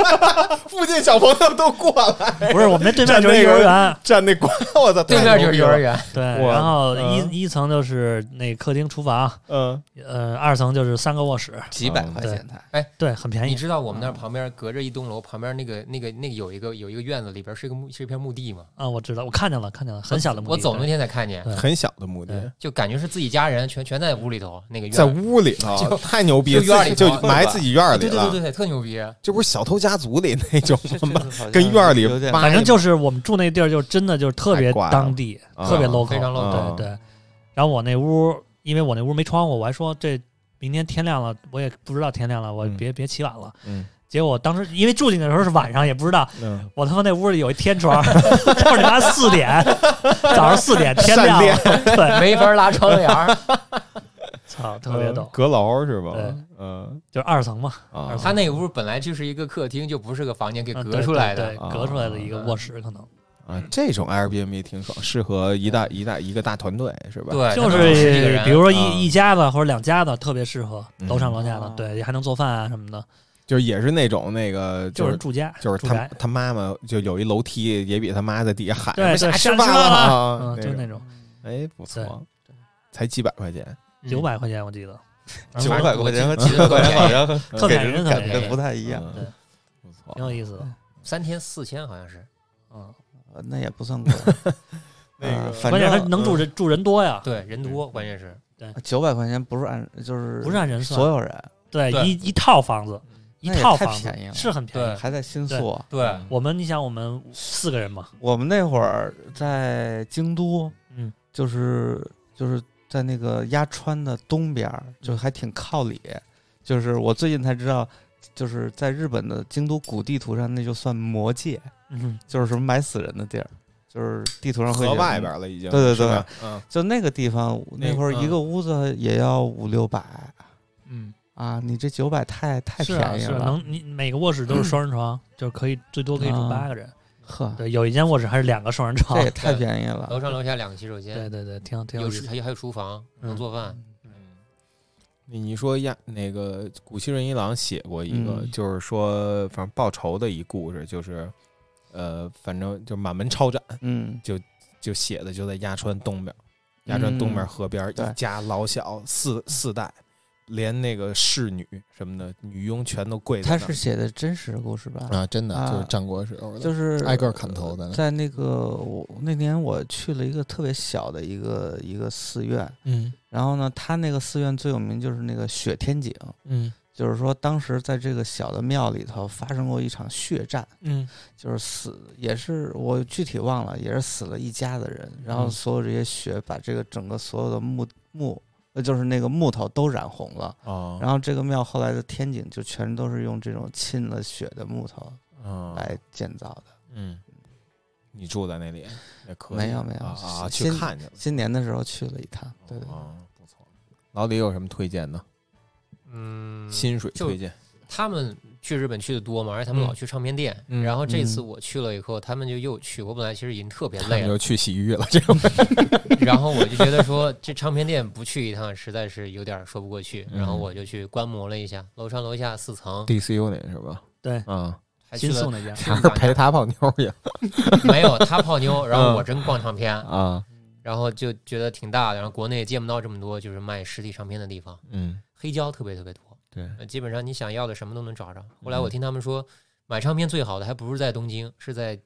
A: 附近小朋友都过来，
D: 不是我们 那对面就
A: 站
D: 是
A: 那
D: 幼
A: 个
D: 儿园，
A: 站那管我操，
C: 对面就是幼儿园，
D: 对，
A: 哇
D: 然后
A: 嗯
D: 一一层就是那客厅、厨房，
A: 太牛逼了，
D: 呃，二层就是三个卧室，
B: 几百块钱才
D: 对，很便
C: 你
D: 宜。
C: 知道我们
D: 嗯
C: 那儿旁边隔着一栋楼，旁边那个那个那个有一个有一个院子，里边是一个墓是一片墓地嘛，
D: 啊，我知道，我看见了，看见了，很小的墓地。
C: 我走那
D: 对
C: 天才看见，
A: 嗯，
D: 对
A: 很小的墓地，
D: 对
C: 就感觉是自己家人全全在屋里头那个院
A: 在
C: 儿，
A: 屋里头，
C: 就
A: 太牛逼，
C: 就院里
A: 自己
C: 头
A: 就埋自己院里
C: 对对
A: 了，
C: 对对对，特牛逼，
A: 这不是小偷家族里那种
B: 这
A: 吗？
B: 这好像
A: 跟院儿里
B: 有点
A: 扒
D: 反正就是我们住那地儿，就真的就是特别当地，
A: 太怪了
D: 特别
A: 啊
D: local，
C: 嗯非常 local
D: 对对。然后我那屋，因为我那屋没窗户，我还说这明天天亮了，我也不知道天亮了，我
A: 嗯
D: 别、别起晚了。
A: 嗯
D: 结果我当时因为住进去的时候是晚上，也不知道
A: 嗯，
D: 我他妈那屋里有一天窗， 就是你妈四点， 早上四点天亮了，对，
C: 没法拉窗帘儿。
D: 操，特别
A: 嗯
D: 逗，
A: 阁楼是吧
D: 对？
A: 嗯
D: 就是二层嘛，
A: 啊
D: 二层
C: 他那个屋本来就是一个客厅，就不是个房间，给
D: 嗯
C: 隔
D: 对
C: 出来
D: 对
C: 的。
D: 对隔出来的一个卧室可能。
A: 啊，这种 Airbnb 挺爽，适合一大一大一个大团队是吧？
C: 对，
D: 就
C: 他能有十几个
D: 是
C: 人
D: 比如说
A: 啊
D: 一一家子或者两家子特别适合，
A: 嗯
D: 楼上楼下的，
B: 哦
D: 对，还能做饭啊什么的，
A: 就是也是那种那个，
D: 就
A: 就是是
D: 住家，
A: 就是
D: 住
A: 他
D: 宅，
A: 他妈妈就有一楼梯，也比他妈在底下喊：“
D: 对对
A: 下
D: 下
A: 吃
D: 吃
A: 饭
D: 饭了
A: 啊
D: 嗯，！”就
A: 种
D: 那种
A: 哎，不错
D: 对，
A: 才几百块钱，
C: 嗯
D: 九百块钱我记得，
B: 嗯九百块钱和
C: 其
B: 七
C: 实
B: 十块钱好像
D: 特
B: 给
D: 感
B: 人
D: 人特
B: 感
D: 感
B: 觉
D: 人，
B: 不太一样，
A: 嗯
D: 对，
A: 不
D: 挺
A: 错。
D: 有意思的。
C: 三天四千好像是，
D: 嗯，
B: 呃那也不算贵。
A: 那
B: 呃
A: 个
B: 反
D: 关键他
B: 正
D: 能住人住人多呀，
C: 对，人多，关键
D: 嗯
C: 是
B: 九百块钱不是按就是
D: 不是按人算
B: 所有人，
D: 对
C: 对
D: 一一套房子，一
B: 那也
D: 套
B: 太
D: 房子
B: 便宜了
D: 是很便宜
C: 对。
B: 还在新
D: 对
B: 宿。
C: 对，
D: 我们你想，我们四个人嘛，
B: 我们那会儿在京都，
D: 嗯，
B: 就是就是在那个鸭川的东边儿，
D: 嗯
B: 就还挺靠里。就是我最近才知道，就是在日本的京都古地图上，那就算魔界，
D: 嗯，
B: 就是什么埋死人的地儿，就是地图上会
A: 河
B: 写
A: 外边了已经，
B: 对对对
A: 是吧，嗯，
B: 就那个地方，那会儿一个屋子也要五六百
D: 嗯，
B: 啊！你这九百太太
D: 是
B: 便
D: 啊
B: 宜
D: 是啊
B: 了，
D: 能你每个卧室都是双人床，就是可以最多可以住八个人。
B: 呵，
D: 对，有一间卧室还是两个双人床
B: 这。也太便宜了。
C: 楼上楼下两个洗手间，
D: 对对对，挺挺有
C: 有
D: 意
C: 厨
D: 思。
C: 还有还有厨房，能
D: 嗯
C: 做饭。
A: 你你说呀，那个古希润一郎写过一个，
B: 嗯
A: 就是说，反正报仇的一故事，就是，呃，反正就满门抄斩，
B: 嗯，
A: 就写的就在鸭川东边，鸭川东边
B: 嗯
A: 河边、
B: 对
A: 一家老小四四代，连那个侍女什么的女佣全都跪在那
B: 他
A: 儿。
B: 是写的真实故事吧？
A: 啊，真的
B: 啊
A: 就是战国时候的，
B: 就是
A: 挨个砍头的那
B: 在那个我那年我去了一个特别小的一个一个寺院，
A: 嗯
B: 然后呢，他那个寺院最有名就是那个雪天井，
A: 嗯
B: 就是说当时在这个小的庙里头发生过一场血战，
A: 嗯
B: 就是死也是我具体忘了，也是死了一家的人，然后
A: 嗯
B: 所有这些血把这个整个所有的木木呃就是那个木头都染红了，
A: 哦，
B: 然后这个庙后来的天井就全都是用这种浸了血的木头
A: 后
B: 来建造的。
A: 嗯，你住在那里也可以，
B: 没有没有
A: 啊啊，去
B: 新
A: 看去了，
B: 今年的时候去了一趟，对对对。
A: 哦，不错。老李有什么推荐呢？
C: 嗯，
A: 薪水
C: 就
A: 推荐，
C: 他们去日本去的多嘛，而且他们
A: 嗯
C: 老去唱片店。
A: 嗯
C: 然后这次
B: 嗯
C: 我去了以后，他们就又去。我本来其实已经 特别
A: 那
C: 累
A: 你
C: 了
A: 就，去洗浴了，这种。
C: 然后我就觉得说这唱片店不去一趟实在是有点说不过去。
A: 嗯
C: 然后我就去观摩了一下，楼上楼下四层，
A: DCU 那是吧？
D: 对，
A: 啊，
C: 还去
D: 新
C: 了
D: 送那家，
A: 还是陪他泡妞 去啊
C: 没有他泡妞，然后
A: 嗯
C: 我真逛唱片，
A: 啊？
C: 然后就觉得挺大的。然后国内也见不到这么多就是卖实体唱片的地方，
A: 嗯，
C: 黑胶特别特别多，
A: 对，
C: 呃基本上你想要的什么都能找着。后来我听他们说，买唱片最好的还不是在东京，是在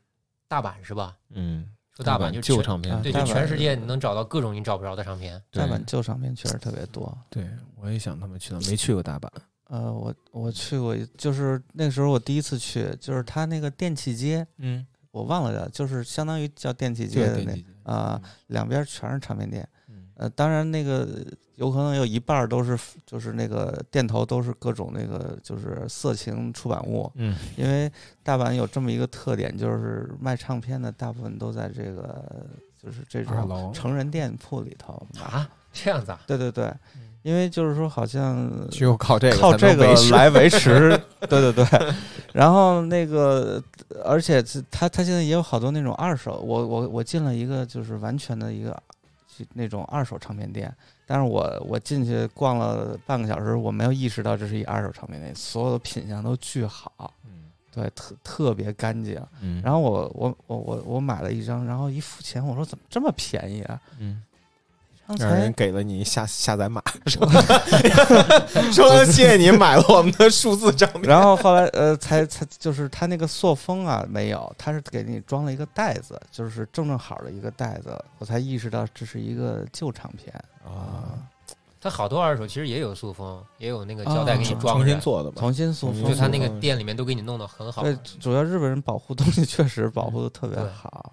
C: 大阪是吧？
A: 嗯，
C: 说大阪就
A: 旧
C: 全
A: 唱片
B: 啊，
C: 对，
B: 大
C: 就
B: 阪
C: 全世界你能找到各种你找不着的唱片。
B: 大
A: 对
B: 阪旧唱片确实特别多。
A: 对，我也想他们去那，没去过大阪。
B: 呃，我我去过一，就是那个时候我第一次去，就是它那个电器街，
A: 嗯，
B: 我忘了叫，就是相当于叫电器
A: 就
B: 街
A: 是
B: 的
A: 电
B: 那
A: 器街
B: 啊、两边全是唱片店。
A: 嗯
B: 呃，当然那个有可能有一半儿都是就是那个店头都是各种那个就是色情出版物，
A: 嗯，
B: 因为大阪有这么一个特点，就是卖唱片的大部分都在这个就是这
A: 二
B: 种
A: 楼
B: 成人店铺里头买。
C: 啊，这样子啊？
B: 对对对，因为就是说好像
A: 只有靠这个
B: 靠
A: 才能
B: 这个
A: 维持
B: 来 维持，对对对。然后那个，而且是他他现在也有好多那种二手，我我我进了一个就是完全的一个去那种二手唱片店，但是我我进去逛了半个小时，我没有意识到这是一二手唱片店，所有的品相都巨好，
A: 嗯
B: 对，特特别干净。
A: 嗯，
B: 然后我我我我我买了一张，然后一付钱，我说怎么这么便宜啊？
A: 嗯，
B: 刚
A: 让人
B: 才
A: 给了你下下载码， 说说谢谢你买了我们的数字账片。
B: 然后后来呃，才才就是他那个塑封啊没有，他是给你装了一个袋子，就是正正好的一个袋子，我才意识到这是一个旧唱片
A: 啊，
C: 它好多二手其实也有塑封，也有那个胶带给你
B: 啊
C: 装着，
A: 做的吧
B: 重新塑封。
C: 就它那个
A: 塑封
C: 店里面都给你弄得很好。
B: 对，主要日本人保护东西确实保护的特别
C: 对
B: 好。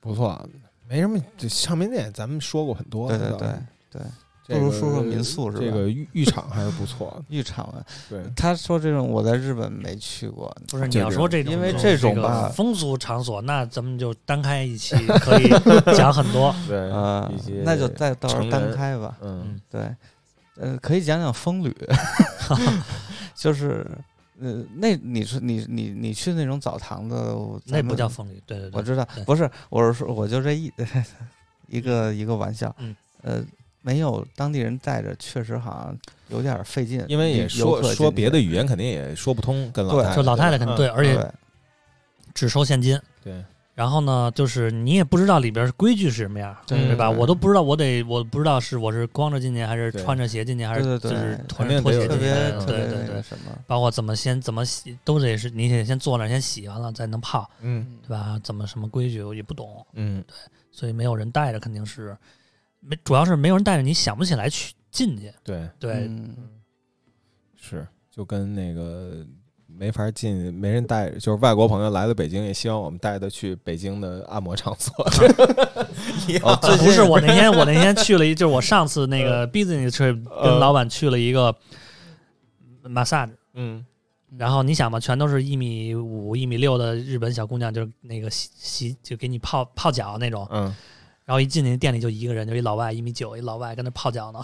A: 不错，没什么。这唱片店咱们说过很多，
B: 对对
A: 是吧
B: 对，
A: 这个
B: 不如说说民宿是吧。
A: 这个浴浴场还是不错
B: 浴场啊，
A: 对，
B: 他说这种我在日本没去过，
D: 不是你
A: 这
D: 要
A: 个
D: 说这种，
B: 因为
D: 这
B: 这种吧
D: 个风俗场所，那咱们就单开一期，可以讲很 多。
A: 对
B: 啊
A: 一些，
B: 那就再到时候
A: 成
B: 单
A: 人
B: 开吧。
A: 嗯
B: 对，呃，可以讲讲风 旅，就是呃，那你是你你你去那种澡堂子，我
D: 那
B: 咱
D: 不
B: 们
D: 叫风里，对对
B: 我
D: 对，
B: 知道
D: 对，
B: 不是，我是说我就这一一个一个玩笑，
D: 嗯
B: 呃，没有当地人带着，确实好像有点费劲，
A: 因为也
B: 游
A: 说
B: 客进去
A: 说别的语言肯定也说不通，跟老
B: 对嗯
A: 太太啊
D: 就老太太肯定对，
A: 吧
D: 而且
B: 对
D: 只收现金。
A: 嗯
D: 然后呢，就是你也不知道里边规矩是什么样，
B: 对
A: 嗯
D: 对吧？
B: 对
D: 我都不知道，我得我不知道是我是光着进去，还是
A: 对
D: 穿着鞋进去，还是
B: 对对
D: 就
B: 对
D: 是
A: 肯
D: 穿
A: 定
D: 着拖
A: 得
D: 鞋
A: 有
B: 特
D: 进去
B: 别
A: 这个
B: 特
D: 嗯对
B: 别
D: 对
B: 那个
D: 对，
B: 什么，
D: 包括怎么先怎么洗，都得是你得先坐那儿先洗完了再能泡，
A: 对嗯
D: 对吧？怎么什么规矩我也不懂，
A: 嗯
D: 所以没有人带着肯定是没，主要是没有人带着，你想不起来去进去。
A: 对
D: 对，
B: 嗯
A: 是就跟那个没法进，没人带，就是外国朋友来了北京，也希望我们带他去北京的按摩场所。
B: 哦，最
D: 不
B: 近嗯
D: 是我那 天我那天去了一，就是我上次那个 business trip 跟老板去了一个 massage。
A: 嗯
D: 然后你想吧，全都是一米五、一米六的日本小姑娘，就是那个洗洗就给你泡泡脚那种。
A: 嗯，
D: 然后一进去店里就一个人，就一老外一米九，一老外跟那 泡脚呢，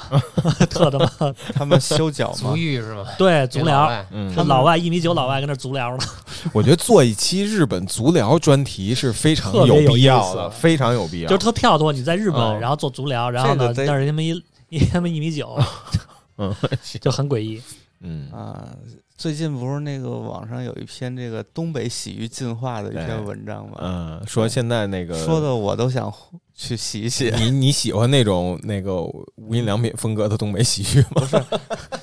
D: 特他妈
B: 他们修脚嘛
C: 足，浴是吗？
D: 对足疗，
C: 外
A: 嗯
D: 这老外一米九，老外跟那足疗呢。
A: 我觉得做一期日本足疗专题是非常
D: 特别有
A: 必要
D: 意
A: 的，
D: 思
A: 非常有必要。
D: 就是特跳脱。你在日本，
A: 嗯
D: 然后做足疗，然后
B: 这个
D: 呢，
B: 得
D: 那是他妈一 一他妈一米 九，
A: 嗯
D: 就很诡异。
A: 嗯
B: 啊，最近不是那个网上有一篇这个东北洗浴进化的一
A: 对
B: 篇文章吗？
A: 嗯，说现在那哎个
B: 说的我都想去洗 一洗，
A: 你你喜欢那种那个无印良品风格的东北洗浴吗？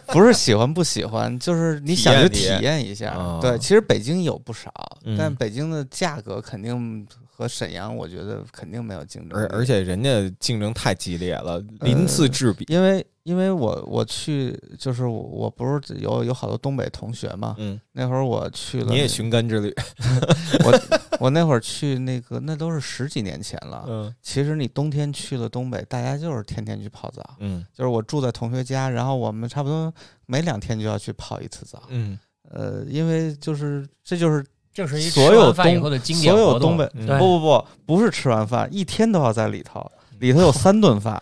B: 不是喜欢不喜欢，就是你想去
A: 体
B: 体
A: 验体
B: 验一下
A: 啊。
B: 对，其实北京有不少
A: 嗯，
B: 但北京的价格肯定和沈阳，我觉得肯定没有竞争
A: 而
B: 力。
A: 而且人家竞争太激烈了，鳞次栉比。
B: 因为因为我我去就是我我不是有有好多东北同学嘛，
A: 嗯，
B: 那会儿我去了，
A: 你也寻根之旅。
B: 我那会儿去那个那都是十几年前了。
A: 嗯
B: 其实你冬天去了东北，大家就是天天去泡澡，
A: 嗯
B: 就是我住在同学家，然后我们差不多每两天就要去泡一次澡。
A: 嗯，
B: 呃，因为就是这就是
C: 这是一
B: 所
C: 吃
B: 有
C: 完饭以
B: 东
C: 后的经典
B: 所有
C: 活
B: 东
C: 动
B: 北，
A: 嗯
B: 不不不，不是吃完饭一天都要在里头，
C: 嗯
B: 里头有三顿 饭，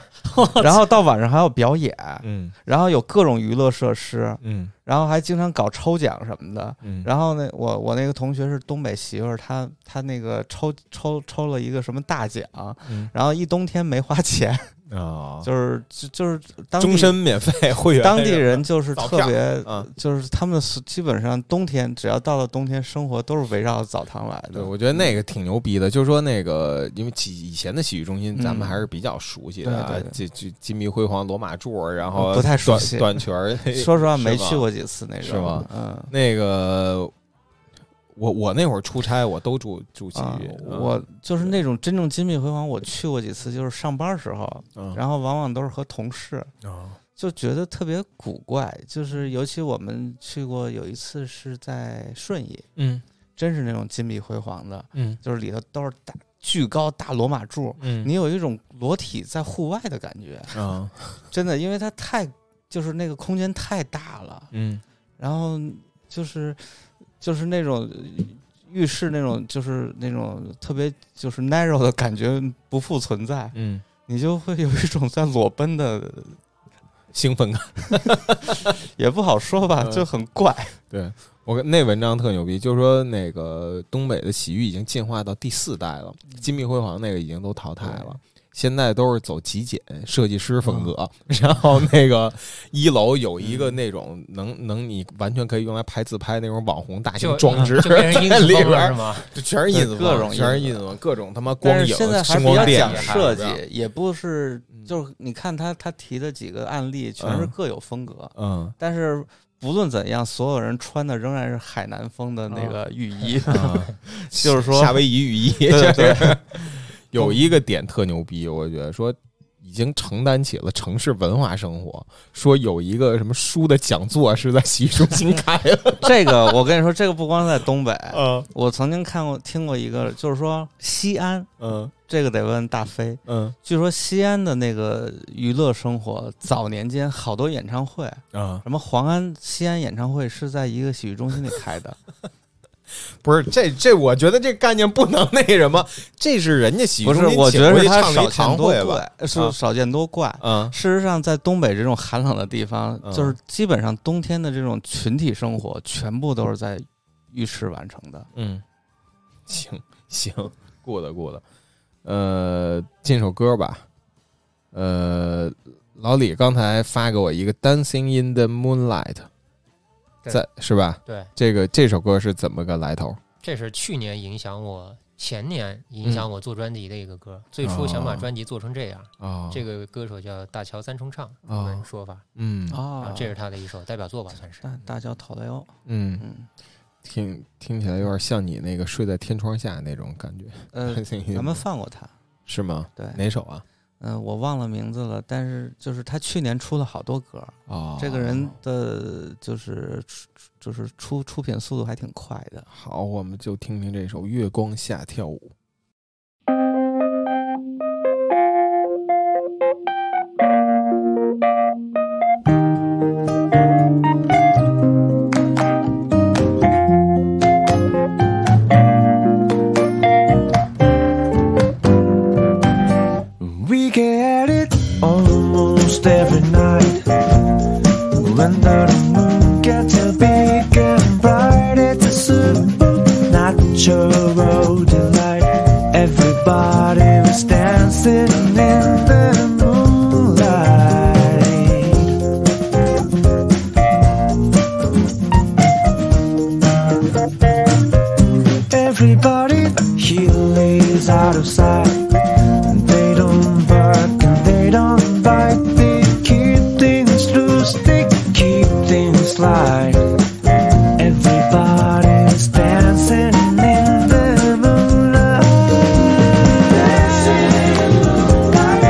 B: 然后到晚上还有表演，
A: 嗯
B: 然后有各种娱乐设施，
A: 嗯
B: 然后还经常搞抽奖什么的。
A: 嗯，
B: 然后呢，我我那个同学是东北媳妇儿，她她那个抽抽抽了一个什么大奖，
A: 嗯
B: 然后一冬天没花钱，
A: 啊，
B: 就是就就是当地
A: 终身免 费会员，
B: 当地人就是特别
A: 票嗯，
B: 就是他们是基本上冬天只要到了冬天，生活都是围绕着澡堂来
A: 对，
B: 的。
A: 我觉得那个挺牛逼的，就是说那个，因为以以前的洗浴中心
B: 嗯
A: 咱们还是比较熟悉的啊
B: 对对，对嗯
A: 这这金碧辉煌罗马柱儿，然后
B: 不太熟悉
A: 短短裙 儿，
B: 说实话，
A: 是
B: 没
A: 吗
B: 去过几次那种。
A: 是吗
B: 嗯。
A: 那个，我我那会儿出差，我都住住洗
B: 啊
A: 浴，，嗯
B: 我就是那种真正金碧辉煌，我去过几次，就是上班时候，
A: 嗯
B: 然后往往都是和同事，就觉得特别古怪。就是尤其我们去过有一次是在顺义，
A: 嗯
B: 真是那种金碧辉煌的，
A: 嗯
B: 就是里头都是大巨高大罗马柱，
A: 嗯
B: 你有一种裸体在户外的感觉，
A: 啊
B: 真的，因为它太就是那个空间太大了，
A: 嗯
B: 然后就是就是那种浴室那种就是那种特别就是 narrow 的感觉不复存在，
A: 嗯，
B: 你就会有一种在裸奔的，
A: 兴奋感。
B: 也不好说吧，
A: 嗯
B: 就很怪。
A: 对我跟那文章特牛逼，就是说那个东北的洗浴已经进化到第四代了，
B: 嗯
A: 金碧辉煌那个已经都淘汰了。现在都是走极简设计师风格，
B: 啊
A: 然后那个一楼有一
B: 嗯
A: 个那种能能你完全可以用来拍自拍那种网红大型
B: 啊
C: 啊就
A: 装置，
C: 就变成英
A: 在
C: 子
A: 里
C: 风
A: 边
C: 了
A: 儿
C: 是吗？
A: 就全是印子
B: 对各
A: 风
B: 种
A: 全是
B: 印
A: 印子风，各种他妈光
B: 但是
A: 影、
B: 现在还
A: 声
B: 是比
A: 光
B: 较
A: 电
B: 讲
A: 也还
B: 设
A: 是
B: 计
A: 这样，
B: 也不是
A: 嗯
B: 就是你看他他提的几个案例，全是
A: 嗯
B: 各有风格，
A: 嗯，
B: 但是。不论怎样，所有人穿的仍然是海南风的那个 浴衣，就是说
A: 啊夏威夷雨 衣，
B: 对对
A: 就是有一个点特牛逼，我觉得说已经承担起了城市文化生活。说有一个什么书的讲座是在洗浴中心开 的，
B: 这个我跟你说，这 个不光在东北，
A: 嗯
B: 我曾经看过听过一个，就是说西安，
A: 嗯
B: 这个得问大飞。
A: 嗯
B: 据说西安的那个娱乐生活，早年间好多演唱会，
A: 啊，
B: 什么黄安西安演唱会是在一个洗浴中心里开的，
A: 不是这这，我觉得这概念不能那什么，这是人家 洗浴
B: 不
A: 中
B: 是？
A: 心
B: 我觉
A: 请
B: 得
A: 过去
B: 是他
A: 唱了
B: 少
A: 一
B: 见
A: 堂
B: 多
A: 会吧，
B: 怪，
A: 啊
B: 是少见多怪。
A: 嗯
B: 事实上，在东北这种寒冷的地方，
A: 嗯
B: 就是基本上冬天的这种群体生活，全部都是在浴室完成的。
A: 嗯，行 行，good good，呃，进首歌吧，呃，老李刚才发给我一个《Dancing in the Moonlight》，
C: 对
A: 在是吧？
C: 对，
A: 这个这首歌是怎么个来头？
C: 这是去年影响我，前年影
A: 嗯
C: 响我做专辑的一个歌。最初想把专辑做成这样，
A: 哦，
C: 这个歌手叫大乔三重唱，我
A: 哦
C: 们说法，
A: 嗯
C: 啊
B: 啊，，
C: 这是他的一首代表作吧，算是。
B: 大大叫讨雷欧，
A: 嗯，
B: 嗯，
A: 听听起来有点像你那个睡在天窗下那种感觉。
B: 呃，
A: Dancing in the
B: 咱们
A: Moonlight
B: 放过他，
A: 是吗？
B: 对，
A: 哪首啊？
B: 嗯、我忘了名字了，但是就是他去年出了好多歌，
A: 哦，
B: 这个人的就是出就是出出品速度还挺快的。
A: 好，我们就听听这首《月光下跳舞》。
F: We get it almost every night. When the moon gets big and bright, it's a supernatural delight. Everybody was dancing in the moonlight. Everybody here lays out of sight. They don't bark and they don't bite. They keep things loose, they keep things light. Everybody's dancing in the moonlight. Dancing in the moonlight.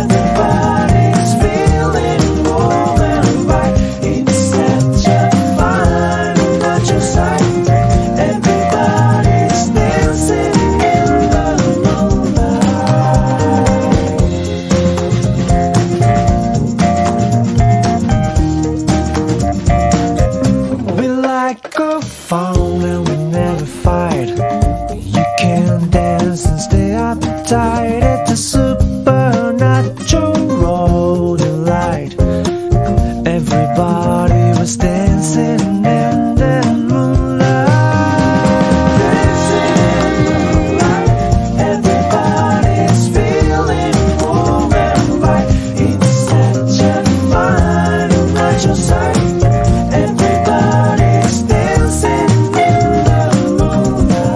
F: Everybody's feeling warm and bright. It's such a fine natural sight. Everybody's dancing in the moonlight. We like a phone and we never fight. You can dance and stay up tight. It's a supernatural delight. Everybody was dancing in the moonlight. Dancing in the moonlight. Everybody's feeling warm and bright. It's such a fine and natural sight. Everybody's dancing in the moonlight.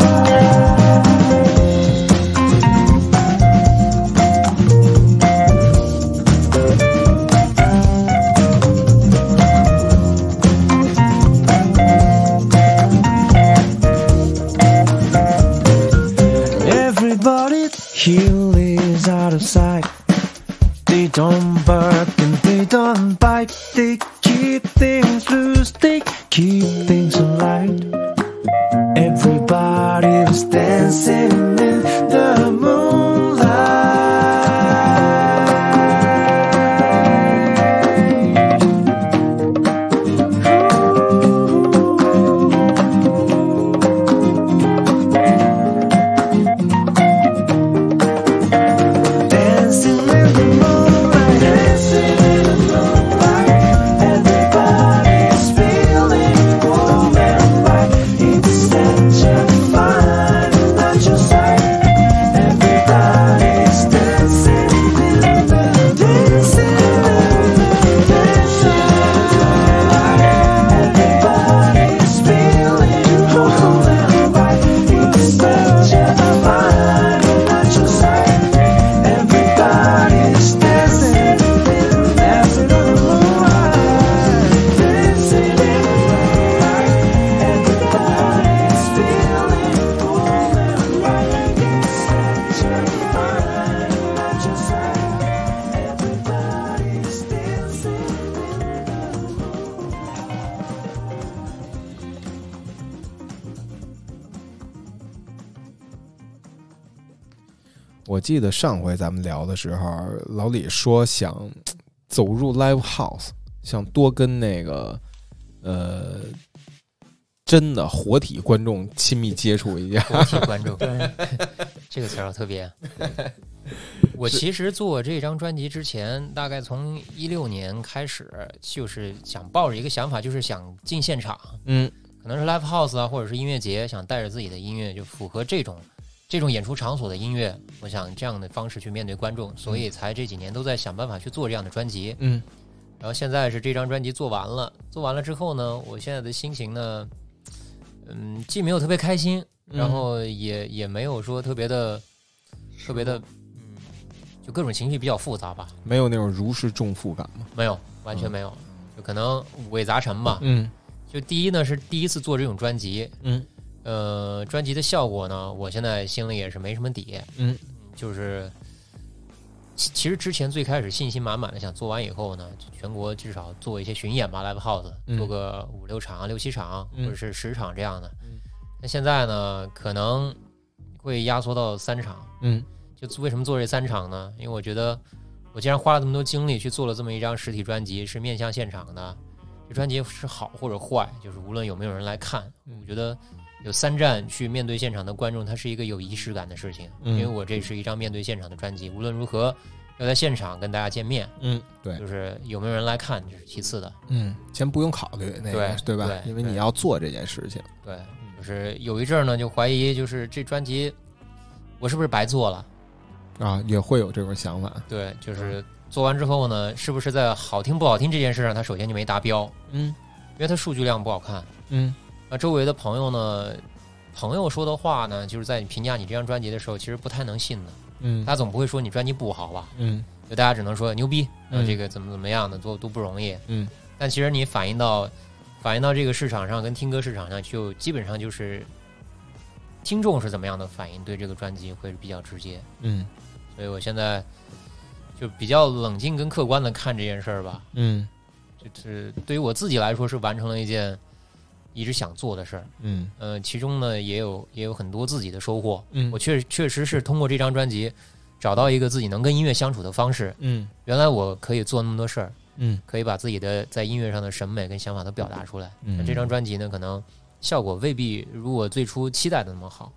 F: Everybody here is out of sight. They don't bark and they don't bite. They keep things loose. They keep things alight. Everybody is dancing in the moonlight. Dancing in the moonlight, dancing in the moonlight. Everybody's feeling warm and bright. It's such a fine and natural sight. Everybody's dancing in the dancing in the dancing. Everybody's feeling warm and bright. It's such a fine and natural sight. Everybody's dancing, dancing on the moonlight, dancing in the moonlight. Everybody's feeling warm and bright. It's such a fine and natural sight. Everybody's dancing in the moonlight.
A: 我记得上回咱们聊的时候，老李说想嘖走入 live house，想多跟那个呃真的活体观众亲密接触一下。
C: 活体观众，这个词儿好特 别。啊我其实做这张专辑之前，大概从一六年开始，就是想抱着一个想法，就是想进现场，
A: 嗯
C: 可能是 live house 啊，或者是音乐节，想带着自己的音乐，就符合这种这种演出场所的音乐，我想这样的方式去面对观众，所以才这几年都在想办法去做这样的专辑。
A: 嗯
C: 然后现在是这张专辑做完了，做完了之后呢，我现在的心情呢，嗯，既没有特别开心，
A: 嗯
C: 然后也也没有说特别的，特别的，嗯，就各种情绪比较复杂吧，
A: 没有那种如释重负感嘛。
C: 没有，完全没有，就可能五味杂陈吧。
A: 嗯
C: 就第一呢是第一次做这种专辑，
A: 嗯
C: 呃，专辑的效果呢，我现在心里也是没什么底，
A: 嗯，
C: 就是其其实之前最开始信心满满的想做完以后呢，就全国至少做一些巡演吧，live house
A: 嗯
C: 做个五六场、六七场
A: 嗯
C: 或者是十场这样的
A: 嗯。
C: 那现在呢，可能会压缩到三场。
A: 嗯
C: 就为什么做这三场呢？因为我觉得我既然花了这么多精力去做了这么一张实体专辑，是面向现场的，这专辑是好或者坏，就是无论有没有人来看，
A: 嗯
C: 我觉得有三站去面对现场的观众，它是一个有仪式感的事情。
A: 嗯
C: 因为我这是一张面对现场的专辑，无论如何要在现场跟大家见面，
A: 嗯，对，
C: 就是有没有人来看，这是其次的。
A: 嗯，先不用考虑那个
C: 对，
A: 对吧？
C: 对
A: 因为你
C: 对
A: 要做这件事情。
C: 对，
A: 嗯
C: 就是有一阵儿呢，就怀疑就是这专辑我是不是白做了。
A: 啊，也会有这种想法。
C: 对，就是做完之后呢，是不是在好听不好听这件事上，它首先就没达标，
A: 嗯
C: 因为它数据量不好看。
A: 嗯
C: 那周围的朋友呢，朋友说的话呢，就是在你评价你这张专辑的时候，其实不太能信的。
A: 嗯
C: 他总不会说你专辑不好吧？
A: 嗯
C: 就大家只能说牛逼，
A: 嗯
C: 呃这个怎么怎么样的，都都不容易。
A: 嗯，
C: 但其实你反映到反映到这个市场上，跟听歌市场上，就基本上就是听众是怎么样的反应，对这个专辑会比较直接。
A: 嗯
C: 所以我现在就比较冷静跟客观的看这件事儿吧。
A: 嗯
C: 就是对于我自己来说，是完成了一件一直想做的事儿。
A: 嗯
C: 呃，其中呢也有也有很多自己的收获。
A: 嗯
C: 我确确实是通过这张专辑找到一个自己能跟音乐相处的方式。
A: 嗯
C: 原来我可以做那么多事儿，
A: 嗯
C: 可以把自己的在音乐上的审美跟想法都表达出来。
A: 嗯
C: 那这张专辑呢，可能效果未必如我最初期待的那么好。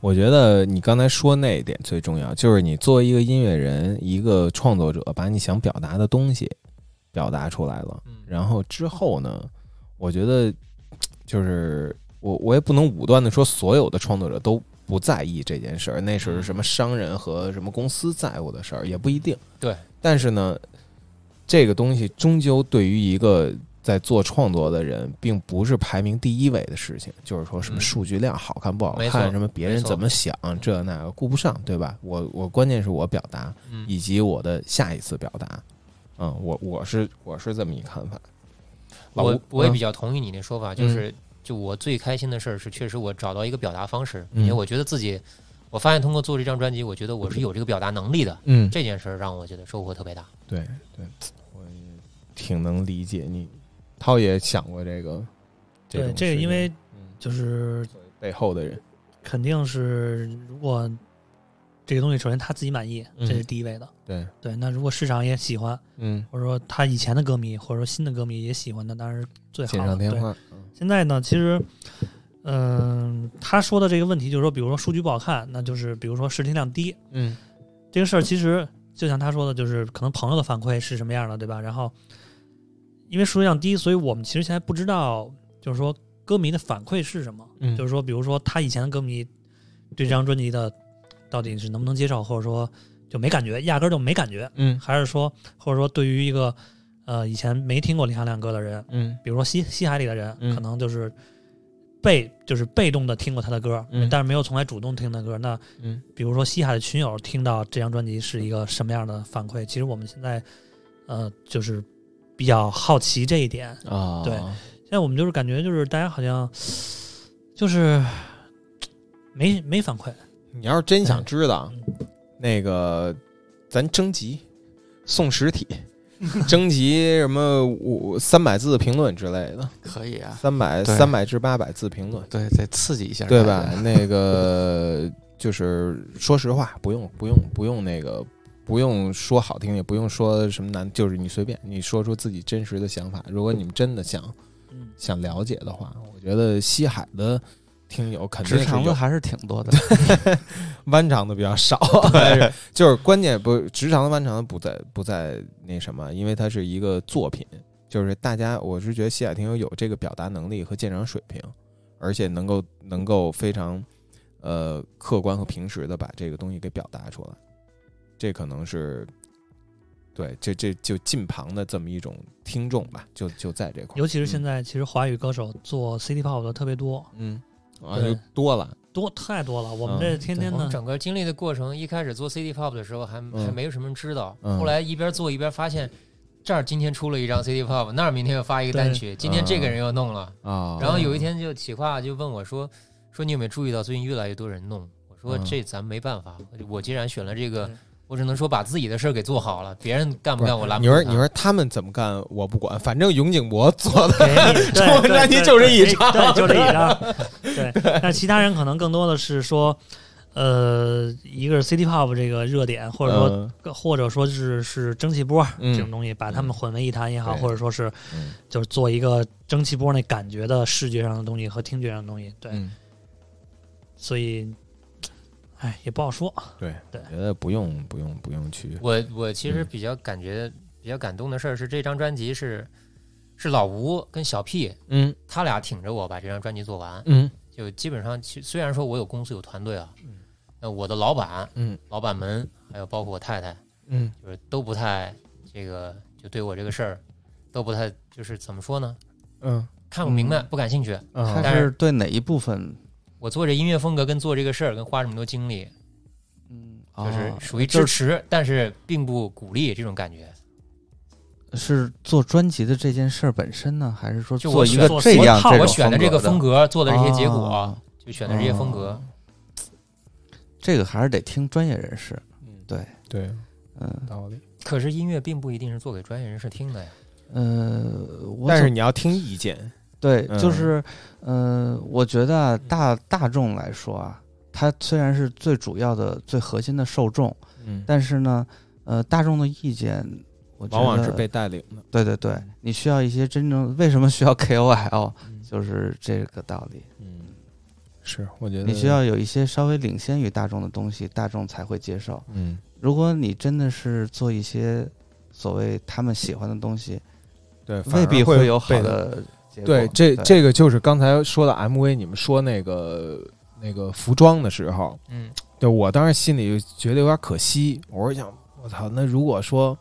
A: 我觉得你刚才说那一点最重要，就是你作为一个音乐人、一个创作者，把你想表达的东西表达出来了，
C: 嗯
A: 然后之后呢，我觉得就是我我也不能武断的说所有的创作者都不在意这件事儿，那是什么商人和什么公司在乎的事儿，也不一定。
C: 对，
A: 但是呢，这个东西终究对于一个在做创作的人，并不是排名第一位的事情，就是说什么
C: 嗯
A: 数据量好看不好
C: 没
A: 看，
C: 错
A: 什么别人
C: 没错
A: 怎么想，这那个顾不上，对吧？我我关键是我表达
C: 嗯，
A: 以及我的下一次表达，嗯，我我是我是这么一看法。老
C: 我
A: 吴
C: 我也
A: 嗯
C: 比较同意你那说法，就是就我最开心的事儿是，确实我找到一个表达方式，
A: 嗯
C: 因为我觉得自己，我发现通过做这张专辑，我觉得我是有这个表达能力的，
A: 嗯，
C: 这件事儿让我觉得收获特别大。
A: 对对，我也挺能理解你。涛也想过这个，
D: 对
A: 种
D: 这
A: 事
D: 个，因
A: 情
D: 为
A: 嗯
D: 就是
A: 背后的人，
D: 肯定是，如果这个东西首先他自己满意，
A: 嗯
D: 这是第一位的。
A: 对，
D: 对，那如果市场也喜欢，
A: 嗯，
D: 或者说他以前的歌迷，或者说新的歌迷也喜欢，那当然是最好
A: 锦
D: 的。
A: 上添
D: 对，
A: 花，
D: 现在呢，其实，嗯、他说的这个问题就是说，比如说数据不好看，那就是比如说视听量低
A: 嗯
D: 这个事儿，其实就像他说的，就是可能朋友的反馈是什么样的，对吧？然后，因为数据量低，所以我们其实现在不知道，就是说歌迷的反馈是什么，
A: 嗯
D: 就是说，比如说他以前的歌迷对这张专辑的到底是能不能接受，或者说就没感觉，压根儿就没感觉，
A: 嗯
D: 还是说，或者说对于一个呃以前没听过李行亮歌的人，
A: 嗯
D: 比如说西西海里的人，
A: 嗯
D: 可能就是被就是被动的听过他的歌，
A: 嗯
D: 但是没有从来主动听他的歌。那
A: 嗯
D: 比如说西海的群友听到这张专辑是一个什么样的反馈？其实我们现在呃就是比较好奇这一点。
A: 啊，
D: 对现在我们就是感觉就是大家好像就是没没反馈，
A: 你要是真想知道
D: 嗯，
A: 那个咱征集送实体，征集什么五三百字评论之类的，
B: 可以啊，
A: 三百
B: 对
A: 三百至八百字评论，
B: 对，啊得刺激一下，
A: 对吧？？那个就是说实话，不用不用不用那个。不用说好听，也不用说什么难，就是你随便，你说出自己真实的想法。如果你们真的想
D: 嗯，
A: 想了解的话，我觉得西海的听友肯定是
B: 直肠子
A: 有
B: 还是挺多的，
A: 弯肠的比较少，但是 就是关键不直肠的弯肠的不在不在那什么，因为它是一个作品，就是大家我是觉得西雅听友有这个表达能力和鉴赏水平，而且能够能够非常呃客观和平实的把这个东西给表达出来，这可能是对这这就近旁的这么一种听众吧，就就在这块儿，
D: 尤其是现
A: 在
D: 在，其实华语歌手做 City Pop 的特别多，
A: 嗯啊
D: 对
A: 就多了，
D: 多太多了。我们
A: 嗯
D: 这天天
C: 我们
D: 呢，
C: 整个经历的过程，一开始做 CD pop 的时候还还
A: 嗯
C: 没有什么人知道，
A: 嗯
C: 后来一边做一边发现，这儿今天出了一张 CD pop，那儿明天又发一个单曲，今天这个人又弄了，
A: 啊，
C: 然后有一天就企划就问我说，说你有没有注意到最近越来越多人弄？我说
A: 嗯
C: 这咱没办法，我既然选了这个
D: 对，
C: 我只能说把自己的事儿给做好了，别人干不干我拉不
A: 你说
C: 住
A: 你
C: 他
A: 说他们怎么干我不管，反正永井博做的
D: 给你对
A: 中文
D: 对
A: 专辑
D: 对
A: 就这一
D: 对
A: 张
D: 对，就这一张。对，但其他人可能更多的是说，呃，一个是 City Pop 这个热点， 或者说
A: 嗯
D: 或者说是是蒸汽波
A: 嗯
D: 这种东西，把他们混为一谈也好，
A: 对
D: 或者说是
A: 嗯
D: 就是做一个蒸汽波那感觉的视觉上的东西和听觉上的东西。对，
A: 嗯
D: 所以，哎，也不好说。
A: 对
D: 对
A: 觉得不用不用不用去，
C: 我我其实
A: 嗯
C: 比较感觉比较感动的事儿是，这张专辑是是老吴跟小 P
A: 嗯
C: 他俩挺着我把这张专辑做完，
A: 嗯
C: 就基本上其虽然说我有公司有团队啊，那我的老板、
A: 嗯
C: 老板们，还有包括我太太，
A: 嗯
C: 就是都不太这个，就对我这个事儿都不太就是怎么说呢，
A: 嗯
C: 看不明白，不感兴趣。
A: 嗯
B: 他
C: 但是
B: 是对哪一部分？
C: 我做这音乐风格跟做这个事儿跟花这么多精力，
B: 嗯，
C: 就是
B: 啊
C: 属于
B: 就是
C: 支持，但是并不鼓励这种感觉。
B: 是做专辑的这件事儿本身呢，还是说
C: 就
B: 做
C: 我
B: 一
C: 选
B: 个
D: 做
B: 这
D: 所
B: 样
D: 套
B: 这
D: 我
B: 种
C: 我选的这个风
B: 格
C: 格，做的这些结果
B: 啊，
C: 就选的这些风格
B: 哦。这个还是得听专业人士。
A: 对
B: 嗯
A: 道理，
C: 可是音乐并不一定是做给专业人士听的呀。
B: 呃，我
A: 但是
B: 总
A: 你要听意见，
B: 对，
A: 嗯
B: 就是呃，我觉得啊大大众来说啊，它虽然是最主要的、最核心的受众，
A: 嗯，
B: 但是呢，呃，大众的意见，我觉
A: 往
B: 得
A: 往是被带领的，
B: 对对对，你需要一些真正为什么需要 KOL，
A: 嗯
B: 就是这个道理。
A: 嗯，是，我觉得
B: 你需要有一些稍微领先于大众的东西，大众才会接受。
A: 嗯
B: 如果你真的是做一些所谓他们喜欢的东西，
A: 对，反而
B: 未必
A: 会
B: 有好
A: 被
B: 的结果。
A: 对，这这个就是刚才说的 MV，你们说那个那个服装的时候，
C: 嗯，
A: 对我当时心里就觉得有点可惜。我是想，我操，那如果说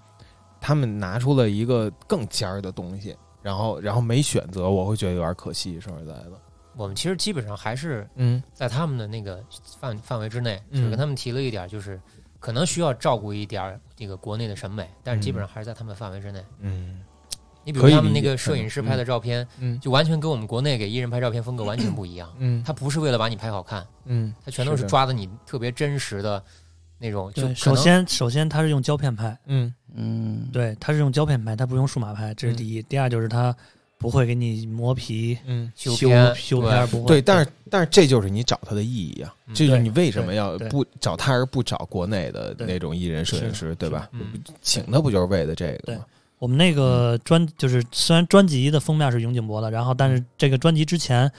A: 他们拿出了一个更尖儿的东西，然后然后没选择，我会觉得有点可惜。说实在的，
C: 我们其实基本上还是
A: 嗯
C: 在他们的那个范范围之内，
A: 嗯
C: 就是跟他们提了一点儿，就是可能需要照顾一点儿这个国内的审美，但是基本上还是在他们的范围之内。
A: 嗯
C: 你比
A: 可
C: 如
A: 以
C: 他们
A: 理
C: 那
A: 解
C: 个摄影师
A: 嗯
C: 拍的照片，
A: 嗯
C: 就完全跟我们国内给艺人拍照片风格完全不一样。
A: 嗯
C: 他不是为了把你拍好看，
A: 嗯，
C: 他全都
A: 是
C: 是
A: 的
C: 抓的你特别真实的那种。就
D: 对，
C: 可
D: 首
C: 能
D: 先首先他是用胶片拍，
A: 嗯
B: 嗯，
D: 对，他是用胶片拍，他不用数码拍，这是第一。第二就是他不会给你磨皮、
A: 嗯，
C: 修
D: 修
C: 片
D: 修
C: 对
D: 片儿不会。
A: 对，但是但是这就是你找他的意义啊，
C: 嗯
A: 这就是
D: 对
A: 你为什么
D: 对
A: 要
D: 对
A: 不找他而不找国内的
D: 对
A: 那种艺人摄影
D: 是
A: 师，对吧？
C: 嗯，
A: 请他不就是为了这个
D: 对
A: 吗？
D: 我们那个专就是虽然专辑的封面是永井博的，然后但是这个专辑之前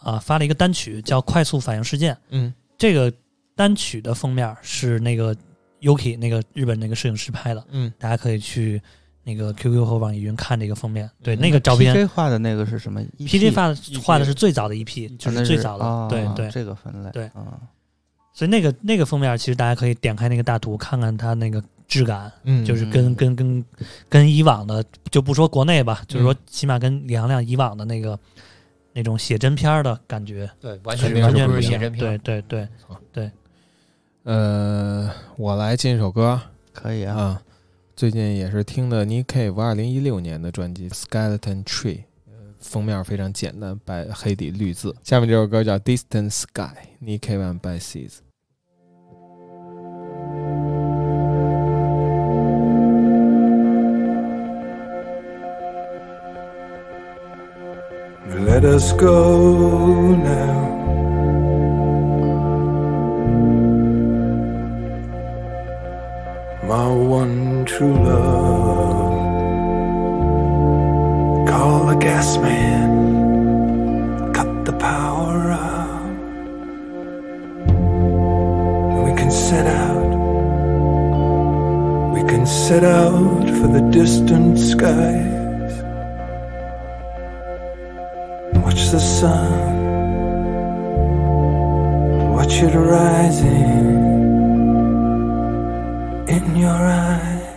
D: 啊、发了一个单曲叫《快速反应事件》，
A: 嗯
D: 这个单曲的封面是那个 Yuki 那个日本那个摄影师拍的，
A: 嗯
D: 大家可以去那个 QQ 和网易云看这个封面，对
A: 嗯
D: 那个照片。
B: PJ 画的那个是什么 E
D: PJ
B: 画
D: 画的画的是最早的一批，就是最早的，
B: 啊、
D: 对对，
B: 这个分类
D: 对
B: 啊，
D: 所以那个那个封面，其实大家可以点开那个大图，看看它那个质感，
A: 嗯，
D: 就是跟
B: 嗯
D: 跟跟跟以往的，就不说国内吧，就是说
A: 嗯
D: 起码跟李阳亮以往的那个那种写真片儿的感觉，
C: 对，完
A: 肯
C: 全
A: 定
D: 完
A: 是
D: 全
A: 不
C: 不是
A: 一
D: 一
C: 写
D: 样。
C: 真片
D: 对
C: 儿。
D: 对对，
A: 呃，我来进一首歌
B: 可以啊。
A: 啊，最近也是听的 Nick Cave 二零一六年的专辑《Skeleton Tree》，呃封面非常简单，白黑底绿字。下面这首歌叫《Distant Sky》，Nick Cave and By Seas。
G: Let us go now. My one true love. Call the gas man. Cut the power out. We can set out. We can set out for the distant skies. Watch the sun.
F: Watch it rising in your eyes.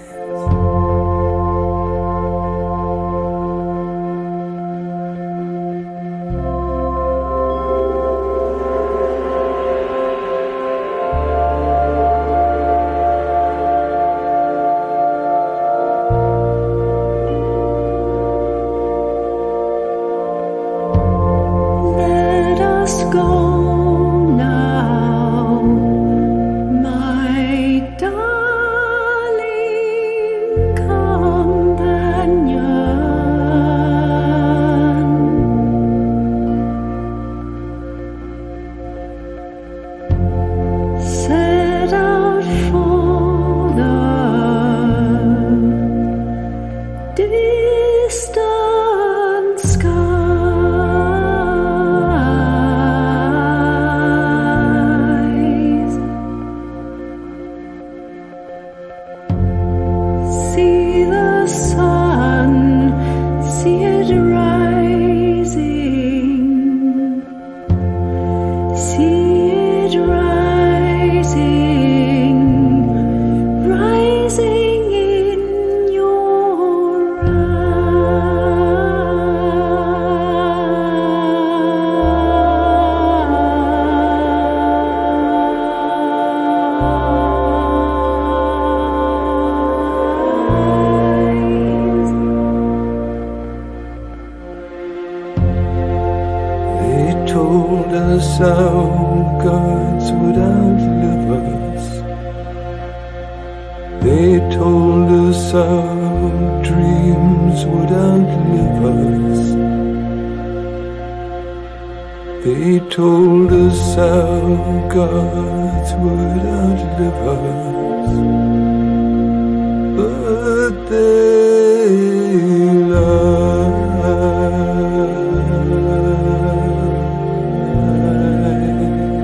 E: Let us go now, my darling companion. Set out for the distant skies. See the sun, see it rising. See it rising, rising in your eyes.
F: They told us our gods would outlive us. They told us our dreams would outlive us. They told us our gods would outlive us. But they lied.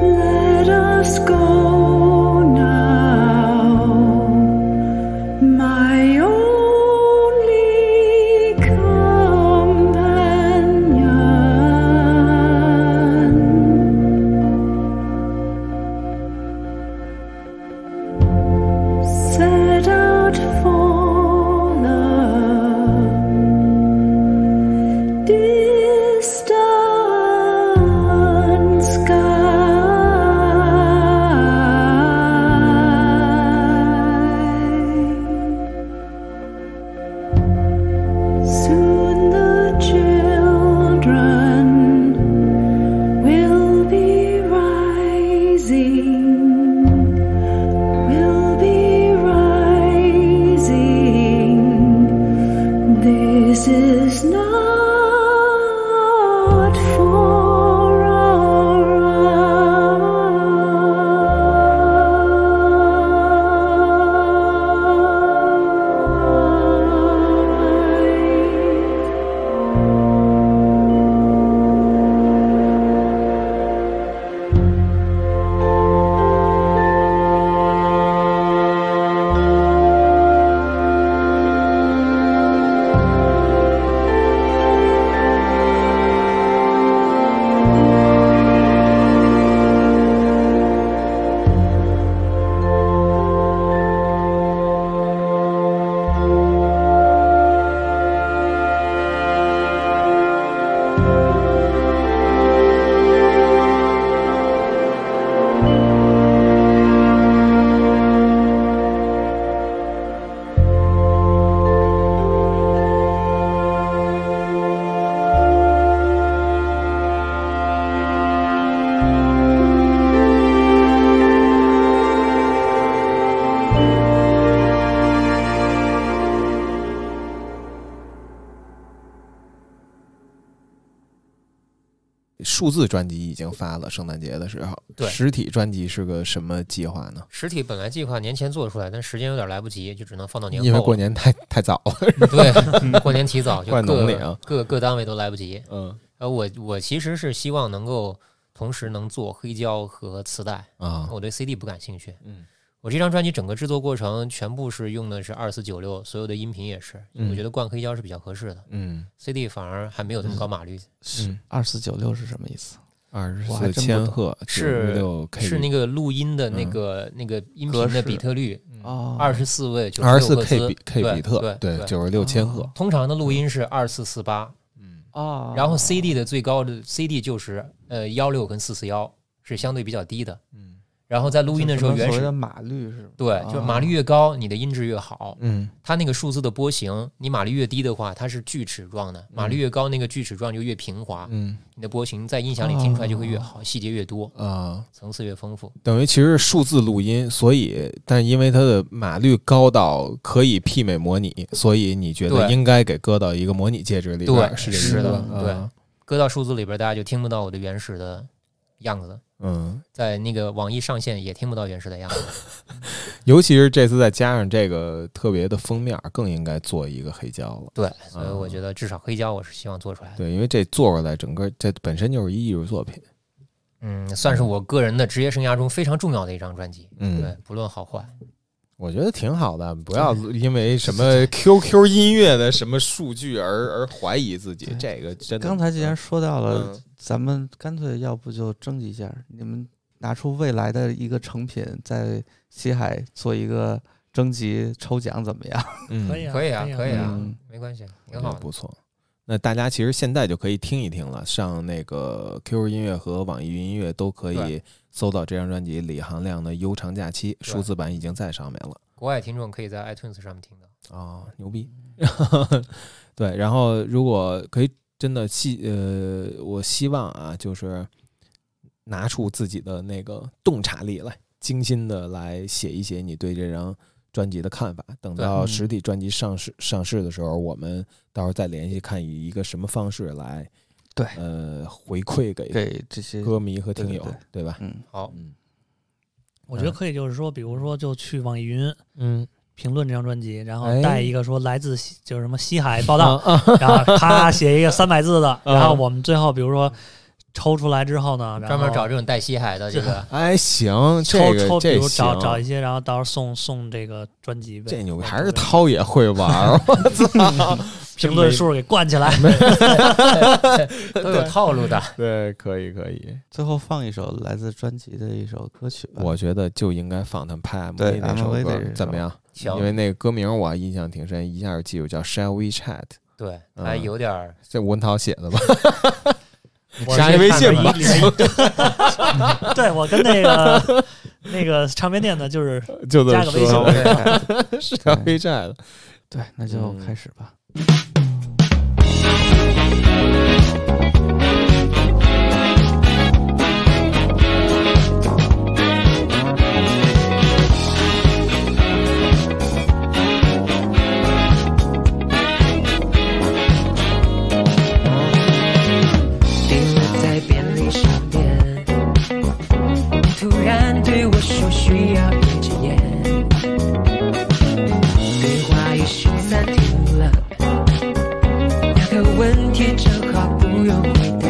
E: Let us go now, my only companion. Set out for the distant sky. Soon the children will be rising. Will be rising. This is not for our eyes.
A: 数字专辑已经发了，圣诞节的时候，
C: 对
A: 实体专辑是个什么计划呢？
C: 实体本来计划年前做出来，但时间有点来不及，就只能放到年后了。
A: 因为过年太太早了，
C: 对，过年提早就
A: 怪农历
C: 各、
A: 啊
C: 各各单位都来不及。
A: 嗯
C: 呃，我我其实是希望能够同时能做黑胶和磁带，
A: 啊，
C: 我对 CD 不感兴趣。
A: 嗯，
C: 我这张专辑整个制作过程全部是用的是二四九六，所有的音频也是，
A: 嗯
C: 我觉得灌黑胶是比较合适的
A: 嗯
C: ，CD 反而还没有这么高码率。
A: 嗯，
B: 二四九六是什么意思？
A: 二十
B: 我
A: 四
B: 还真不
A: 千
B: 懂
A: 赫
C: 是
A: 六 K，
C: 是那个录音的那
A: 嗯
C: 个、那个音
B: 格
C: 频的
B: 式
C: 比特率，
B: 哦，
C: 二十四位九
A: 二十四
C: 六赫
A: K
C: 兹
A: 比 K 比特，
C: 对对。
A: 九十六千赫
B: 哦，
C: 通常的录音是二四四八，
A: 嗯
B: 哦，
C: 然后 CD 的最高的 CD 就是呃幺六跟四四幺是相对比较低的，
A: 嗯
C: 然后在录音的时候
B: 就什么
C: 原
B: 所谓的
C: 始
B: 码率是吗？
C: 对，就是码率
B: 哦
C: 越高，你的音质越好。
A: 嗯
C: 它那个数字的波形，你码率越低的话，它是锯齿状的；码
B: 嗯
C: 率越高，那个锯齿状就越平滑，
A: 嗯
C: 你的波形在音响里听出来就会越好，细节越多，
A: 啊。
C: 层次越丰富。
A: 等于其实是数字录音，所以但因为它的码率高到可以媲美模拟，所以你觉得
C: 对
A: 应该给搁到一个模拟介质里边儿，
C: 对
A: 是这意思
B: 是的
A: 吧？啊
C: 搁到数字里边，大家就听不到我的原始的样子，
A: 嗯，
C: 在那个网易上线也听不到原始的样子。
A: 尤其是这次再加上这个特别的封面，更应该做一个黑胶了。
C: 对，所以我
A: 嗯
C: 觉得至少黑胶我是希望做出来的。
A: 对，因为这做出来，整个这本身就是一艺术作品。
C: 嗯，算是我个人的职业生涯中非常重要的一张专辑。对
A: 嗯，，
C: 不论好坏，
A: 我觉得挺好的，不要因为什么 QQ 音乐的什么数据而而怀疑自己。这个真的，
B: 刚才既然说到了，
A: 嗯
B: 咱们干脆要不就征集一下，你们拿出未来的一个成品，在西海做一个征集抽奖，怎么样？
A: 嗯
D: 可以啊，
C: 可以啊可以啊
B: 嗯
C: 没关系，
A: 我
C: 挺
A: 觉
C: 好
A: 得
C: 的。
A: 不错。那大家其实现在就可以听一听了，上那个 QQ 音乐和网易云音乐都可以
C: 对
A: 搜到这张专辑李行亮的《悠长假期》，数字版已经在上面了。
C: 国外听众可以在 iTunes 上面听到。
A: 哦，牛逼！ 对，然后如果可以，真的希呃，我希望啊，就是拿出自己的那个洞察力来，精心的来写一写你对这张专辑的看法。等
C: 对
A: 到
B: 嗯
A: 实体专辑上市上市的时候，我们到时候再联系，看以一个什么方式来
B: 对
A: 呃回馈给
B: 给这些，
A: 歌迷和听
B: 对对
A: 友，对吧？
B: 嗯，
C: 好，
A: 嗯
D: 我觉得可以，就是说，比如说，就去网易云
A: 嗯，
D: 评论这张专辑，然
A: 哎
D: 后带一个说来自西就是什么西海报道，
A: 啊，
D: 然后他写一个三百 字的，
A: 嗯
D: 然后我们最后比如说抽出来之后呢，然后
C: 专门找这种带西海的这 个，
A: 哎，行，这
D: 抽
A: 个
D: 抽，比
A: 这
D: 如找
A: 行
D: 找一些，然后到时候送送这个专辑呗。
A: 这牛逼，
D: 对
A: 还是涛也会玩儿，我操！
D: 评论数给灌起来，
C: 都有套路的。
A: 对，可以可以，
B: 最后放一首来自专辑的一首歌曲吧。
A: 我觉得就应该放他们拍 MV
B: 嗯对
A: 那首
B: MV 那
A: 歌，
B: 首
A: 怎么样？
C: 行
A: 因为那个歌名我印象挺深，一下就记住叫《Shall We Chat》，
C: 对，
A: 嗯
C: 还有点儿
A: 这吴文涛写的吧？
C: 我
A: 加一
C: 先
A: 微
C: 看
A: 信
C: 到
A: 吧
C: 一 脸
D: 对我跟那个那个唱片店的，就是
A: 就这么
D: 加个微
A: 说
D: 信
A: 了，
B: 对
A: 《Shall We Chat》。
B: 对，那就
C: 嗯
B: 开始吧。
E: 定了在便利商店，你突然对我说需要一支烟，对话一时暂停了，那个问题正好不用回答，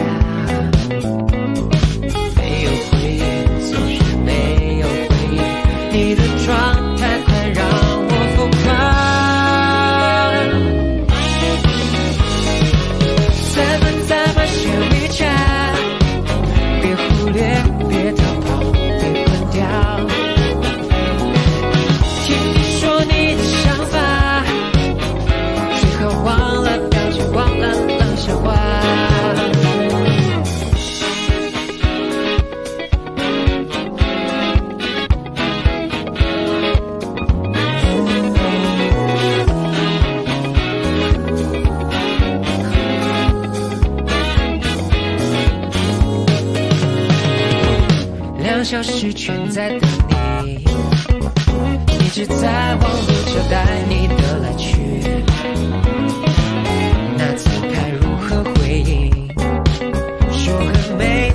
E: 没有回应，总是没有回应，你的状态快让我疯狂。怎么怎么学会唱？别忽略，别逃跑，别关掉。听你说你的想法，最后忘了表情，忘了冷笑话。两小时全在等你，一直在网络交代你的来去。那姿态如何回应？说很美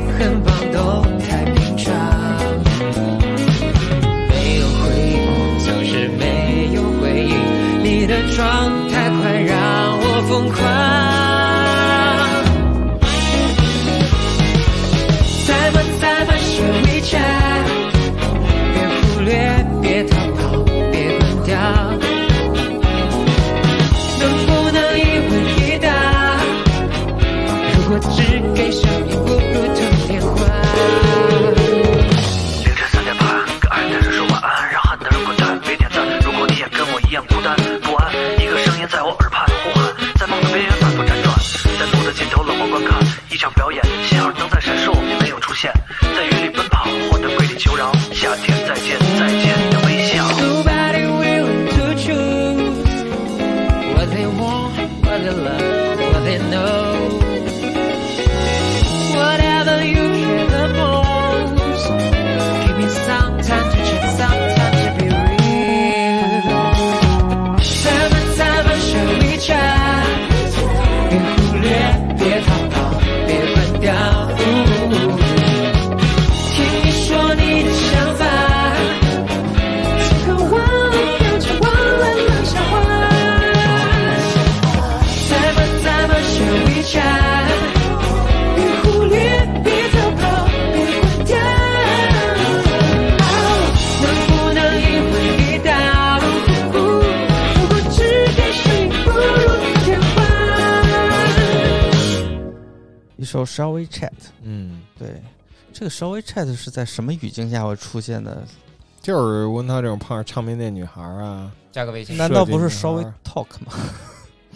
E: 别逃跑，别乱掉。呜呜呜听你说你的想法，这个忘了感觉，忘了冷笑话。咱们咱们学回家，别忽略，别逃跑，别关掉。能不能一回一到？如果只给谁，不如天荒。
B: 一首《Shall We Chat》。
A: 嗯，
B: 对，这个 Shall We Chat 是在什么语境下会出现的？
A: 就是温她这种胖唱片店女孩儿啊，
C: 加个微信，
B: 难道不是
A: 设计
B: Shall
A: 女孩
B: We Talk 吗？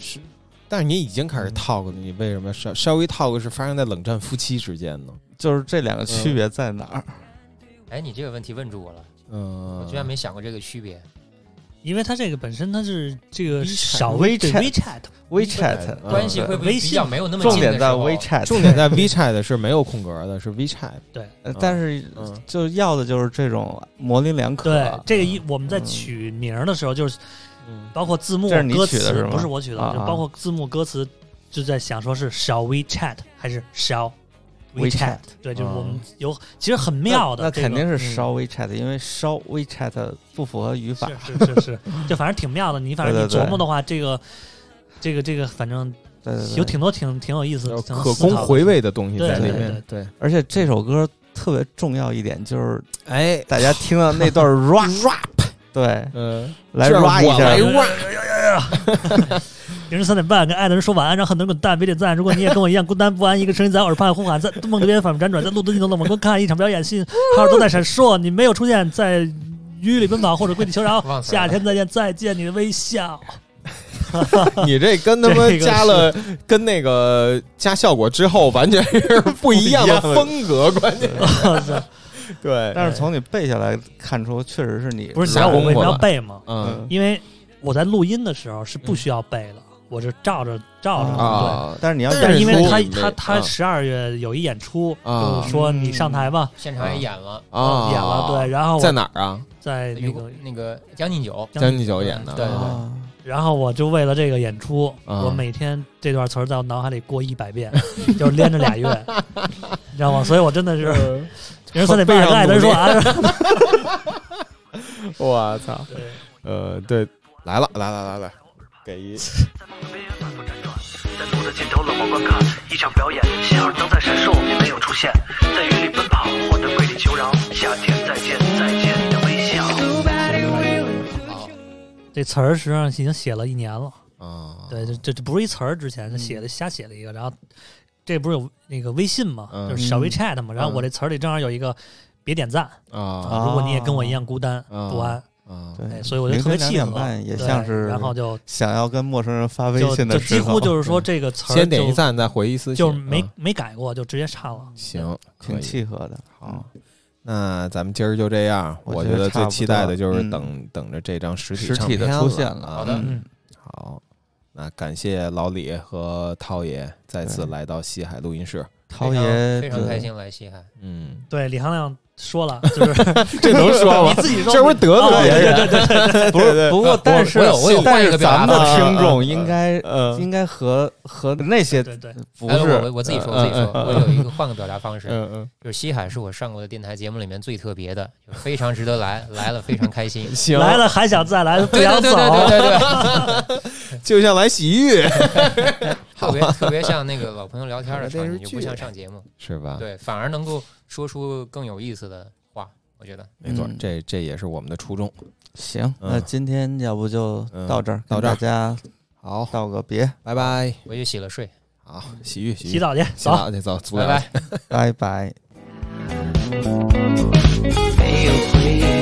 A: 是，但是你已经开
B: 嗯
A: 始 talk 了，你为什么稍稍微 talk 是发生在冷战夫妻之间呢？
B: 就是这两个
C: 嗯
B: 区别在哪儿？
C: 哎，你这个问题问住我了，
A: 嗯，
C: 我居然没想过这个区别。
D: 因为它这个本身它是这个
B: WeChat
D: 小微对
B: WeChat
D: WeChat，
B: WeChat，
A: 嗯
C: 关系会不会
D: 微
C: 比
D: 信
C: 较没有那么
B: 重
C: 近的
B: 点在
C: 时候
B: WeChat，
A: 重点在 WeChat 是没有空格的，是 WeChat。
B: 呃但是
A: 嗯
B: 就要的就是这种模棱两可。
A: 啊
B: 啊
D: 对这个一我们在
B: 嗯
D: 取名儿的时候，就是
A: 嗯，
D: 包括字幕
B: 这是你
D: 歌
B: 取的是
D: 词
B: 吗，
D: 不是我取的，
B: 啊
D: 就
B: 啊
D: 包括字幕歌词就在想说是 Shall we chat 还是 Shall we
B: WeChat
D: chat？对，就是
A: 嗯
D: 我们有其实很妙
B: 啊那
D: 的
B: 那
D: 这个，
B: 肯定是
D: 嗯
B: 烧 WeChat，因为烧 WeChat 不符合语法。
D: 是是是是，就反正挺妙的。你反正你
B: 对对对
D: 琢磨的话，这个这个这个，反正
B: 对对对，
D: 有挺多挺挺有意思
A: 有
D: 的，挺
A: 可
D: 思考
A: 供
D: 的
A: 回味的东西在里
D: 对对
A: 面。对，
B: 而且这首歌特别重要一点就是，
A: 哎，
B: 大家听到那 段 rap rap，对，
A: 嗯，
B: 来
A: 这样
B: rap
A: 我来
B: 一下，
D: 凌晨三点半，跟爱的人说晚安，让很多人滚蛋，别点赞。如果你也跟我一样孤单不安，一个声音在我耳畔呼喊，在梦里边反复辗转，在路灯尽头冷漠观看一场表演，心好都在闪烁，你没有出现在雨里奔跑或者跪地求饶。
C: 忘词儿
D: 夏
C: 了
D: 天再见，再见你的微笑。
A: 你这跟他妈
D: 这个
A: 加了跟那个加效果之后，完全是不一样的风格，关键对，
B: 但是从你背下来看出，确实是你
D: 不是你知
A: 下
D: 道我
A: 功
D: 为什
A: 夫
D: 么要
A: 了
D: 背吗？
A: 嗯
D: 因为我在录音的时候是不需要背的，我是照着照着对。
A: 啊，
B: 嗯但是你要
A: 但
D: 但
A: 是
D: 是因为
A: 说
D: 他
A: 你
D: 他
A: 没
D: 他
A: 啊
D: 十二月有一演出，
A: 啊
D: 就是说你上台吧，
C: 现场也演了，
A: 啊，
D: 演了对，然后我
A: 在哪儿啊？
D: 在那
C: 那
D: 个
C: 个那个将进酒，
A: 将进酒演的，
C: 对对对，
B: 啊
D: 然后我就为了这个演出，
A: 啊
D: 我每天这段词儿在我脑海里过一百遍，就是连 着俩月，你知道吗？所以我真的是，
B: 嗯
D: 人说得半爱咱说哎完了，
A: 我操，呃，对，来了，来来来来，给一
H: 在路的尽头冷漠观看一场表演，信号灯在闪烁，你没有出现，在雨里奔跑或者跪地求饶，夏天再见，再见你的微笑。
C: 好，
D: 这词儿实际上已经写了一年了，
A: 啊，
D: 对，这这这不是一词儿，之前
B: 嗯
D: 是写的瞎写了一个，然后这不是有那个微信嘛，
A: 嗯
D: 就是小微 chat 嘛，然后我这词儿里正好有一个别点赞，
A: 啊
B: 啊
D: 如果你也跟我一样孤单
A: 啊
D: 不安，
A: 啊，
B: 对
D: 哎，所以我就特别契
B: 凌晨两点
D: 合
B: 半，也
D: 对
B: 像是
D: 然后就
B: 想要跟陌生人发微
D: 就
B: 信
D: 就
B: 的
D: 几
B: 时
D: 乎
B: 候，嗯
D: 就是说这个词儿
A: 先点
D: 就
A: 一赞，再回一私信，
D: 就是没、
A: 啊
D: 没改过，就直接唱了。
A: 行，可
B: 挺
A: 以
B: 契合的。
A: 好，那咱们今儿就这样。
B: 我
A: 我
B: 觉
A: 觉
B: 得
A: 得
B: 差
A: 最
B: 不多
A: 期待的就是
B: 嗯
A: 等、等着这张实体
B: 实
A: 唱
B: 体
A: 片
B: 的出现了，
A: 了。啊
C: 的
B: 嗯，
A: 好，那感谢老李和涛爷再次
B: 对
A: 来到西海录音室。
B: 涛
C: 非常
B: 爷
C: 非常
B: 对
C: 开心来西海，
A: 嗯，
D: 对，李行亮说了，就是
A: 这能说吗
D: 你？自己说，
A: 这不是得罪别人？
B: 不是，不过但是
C: 我有我有
B: 但
C: 换一
B: 是
C: 个表
B: 咱
C: 达
B: 们的
A: 方式
B: 听众应 该
A: 呃
B: 应该和和那些
D: 对对，
B: 不
C: 哎，我
B: 是
C: 我我自己
A: 嗯
C: 说，我自己说，
A: 嗯
C: 我有一个换个表 达方式，
A: 嗯嗯，。
C: 就是西海是我上过的电台节目里面最特别的，就是非常值得来，来了非常开 心
A: 行，
D: 来了还想再来，不
C: 对
D: 想
C: 对对
D: 走。
C: 对对对对，
A: 就像来洗浴
C: 特别特别像那个老朋友聊天的场景，
A: 电视
C: 就
A: 剧
C: 不
D: 啊
C: 像上节目，
A: 是吧？，
C: 对，反而能够说出更有意思的话，我觉得。
A: 没错，
B: 嗯
A: 这这也是我们的初衷。
B: 行，
A: 嗯
B: 那今天要不就到这儿，
A: 嗯到这儿
B: 跟大家
A: 好，
B: 道个别，
A: 拜拜。
C: 我去洗了睡。
A: 好，洗浴，洗浴
D: 洗，澡去，
A: 洗
D: 走。
A: 澡去，走，足
C: 拜
A: 疗
C: 拜
A: 去。
B: 拜拜。
E: 没有回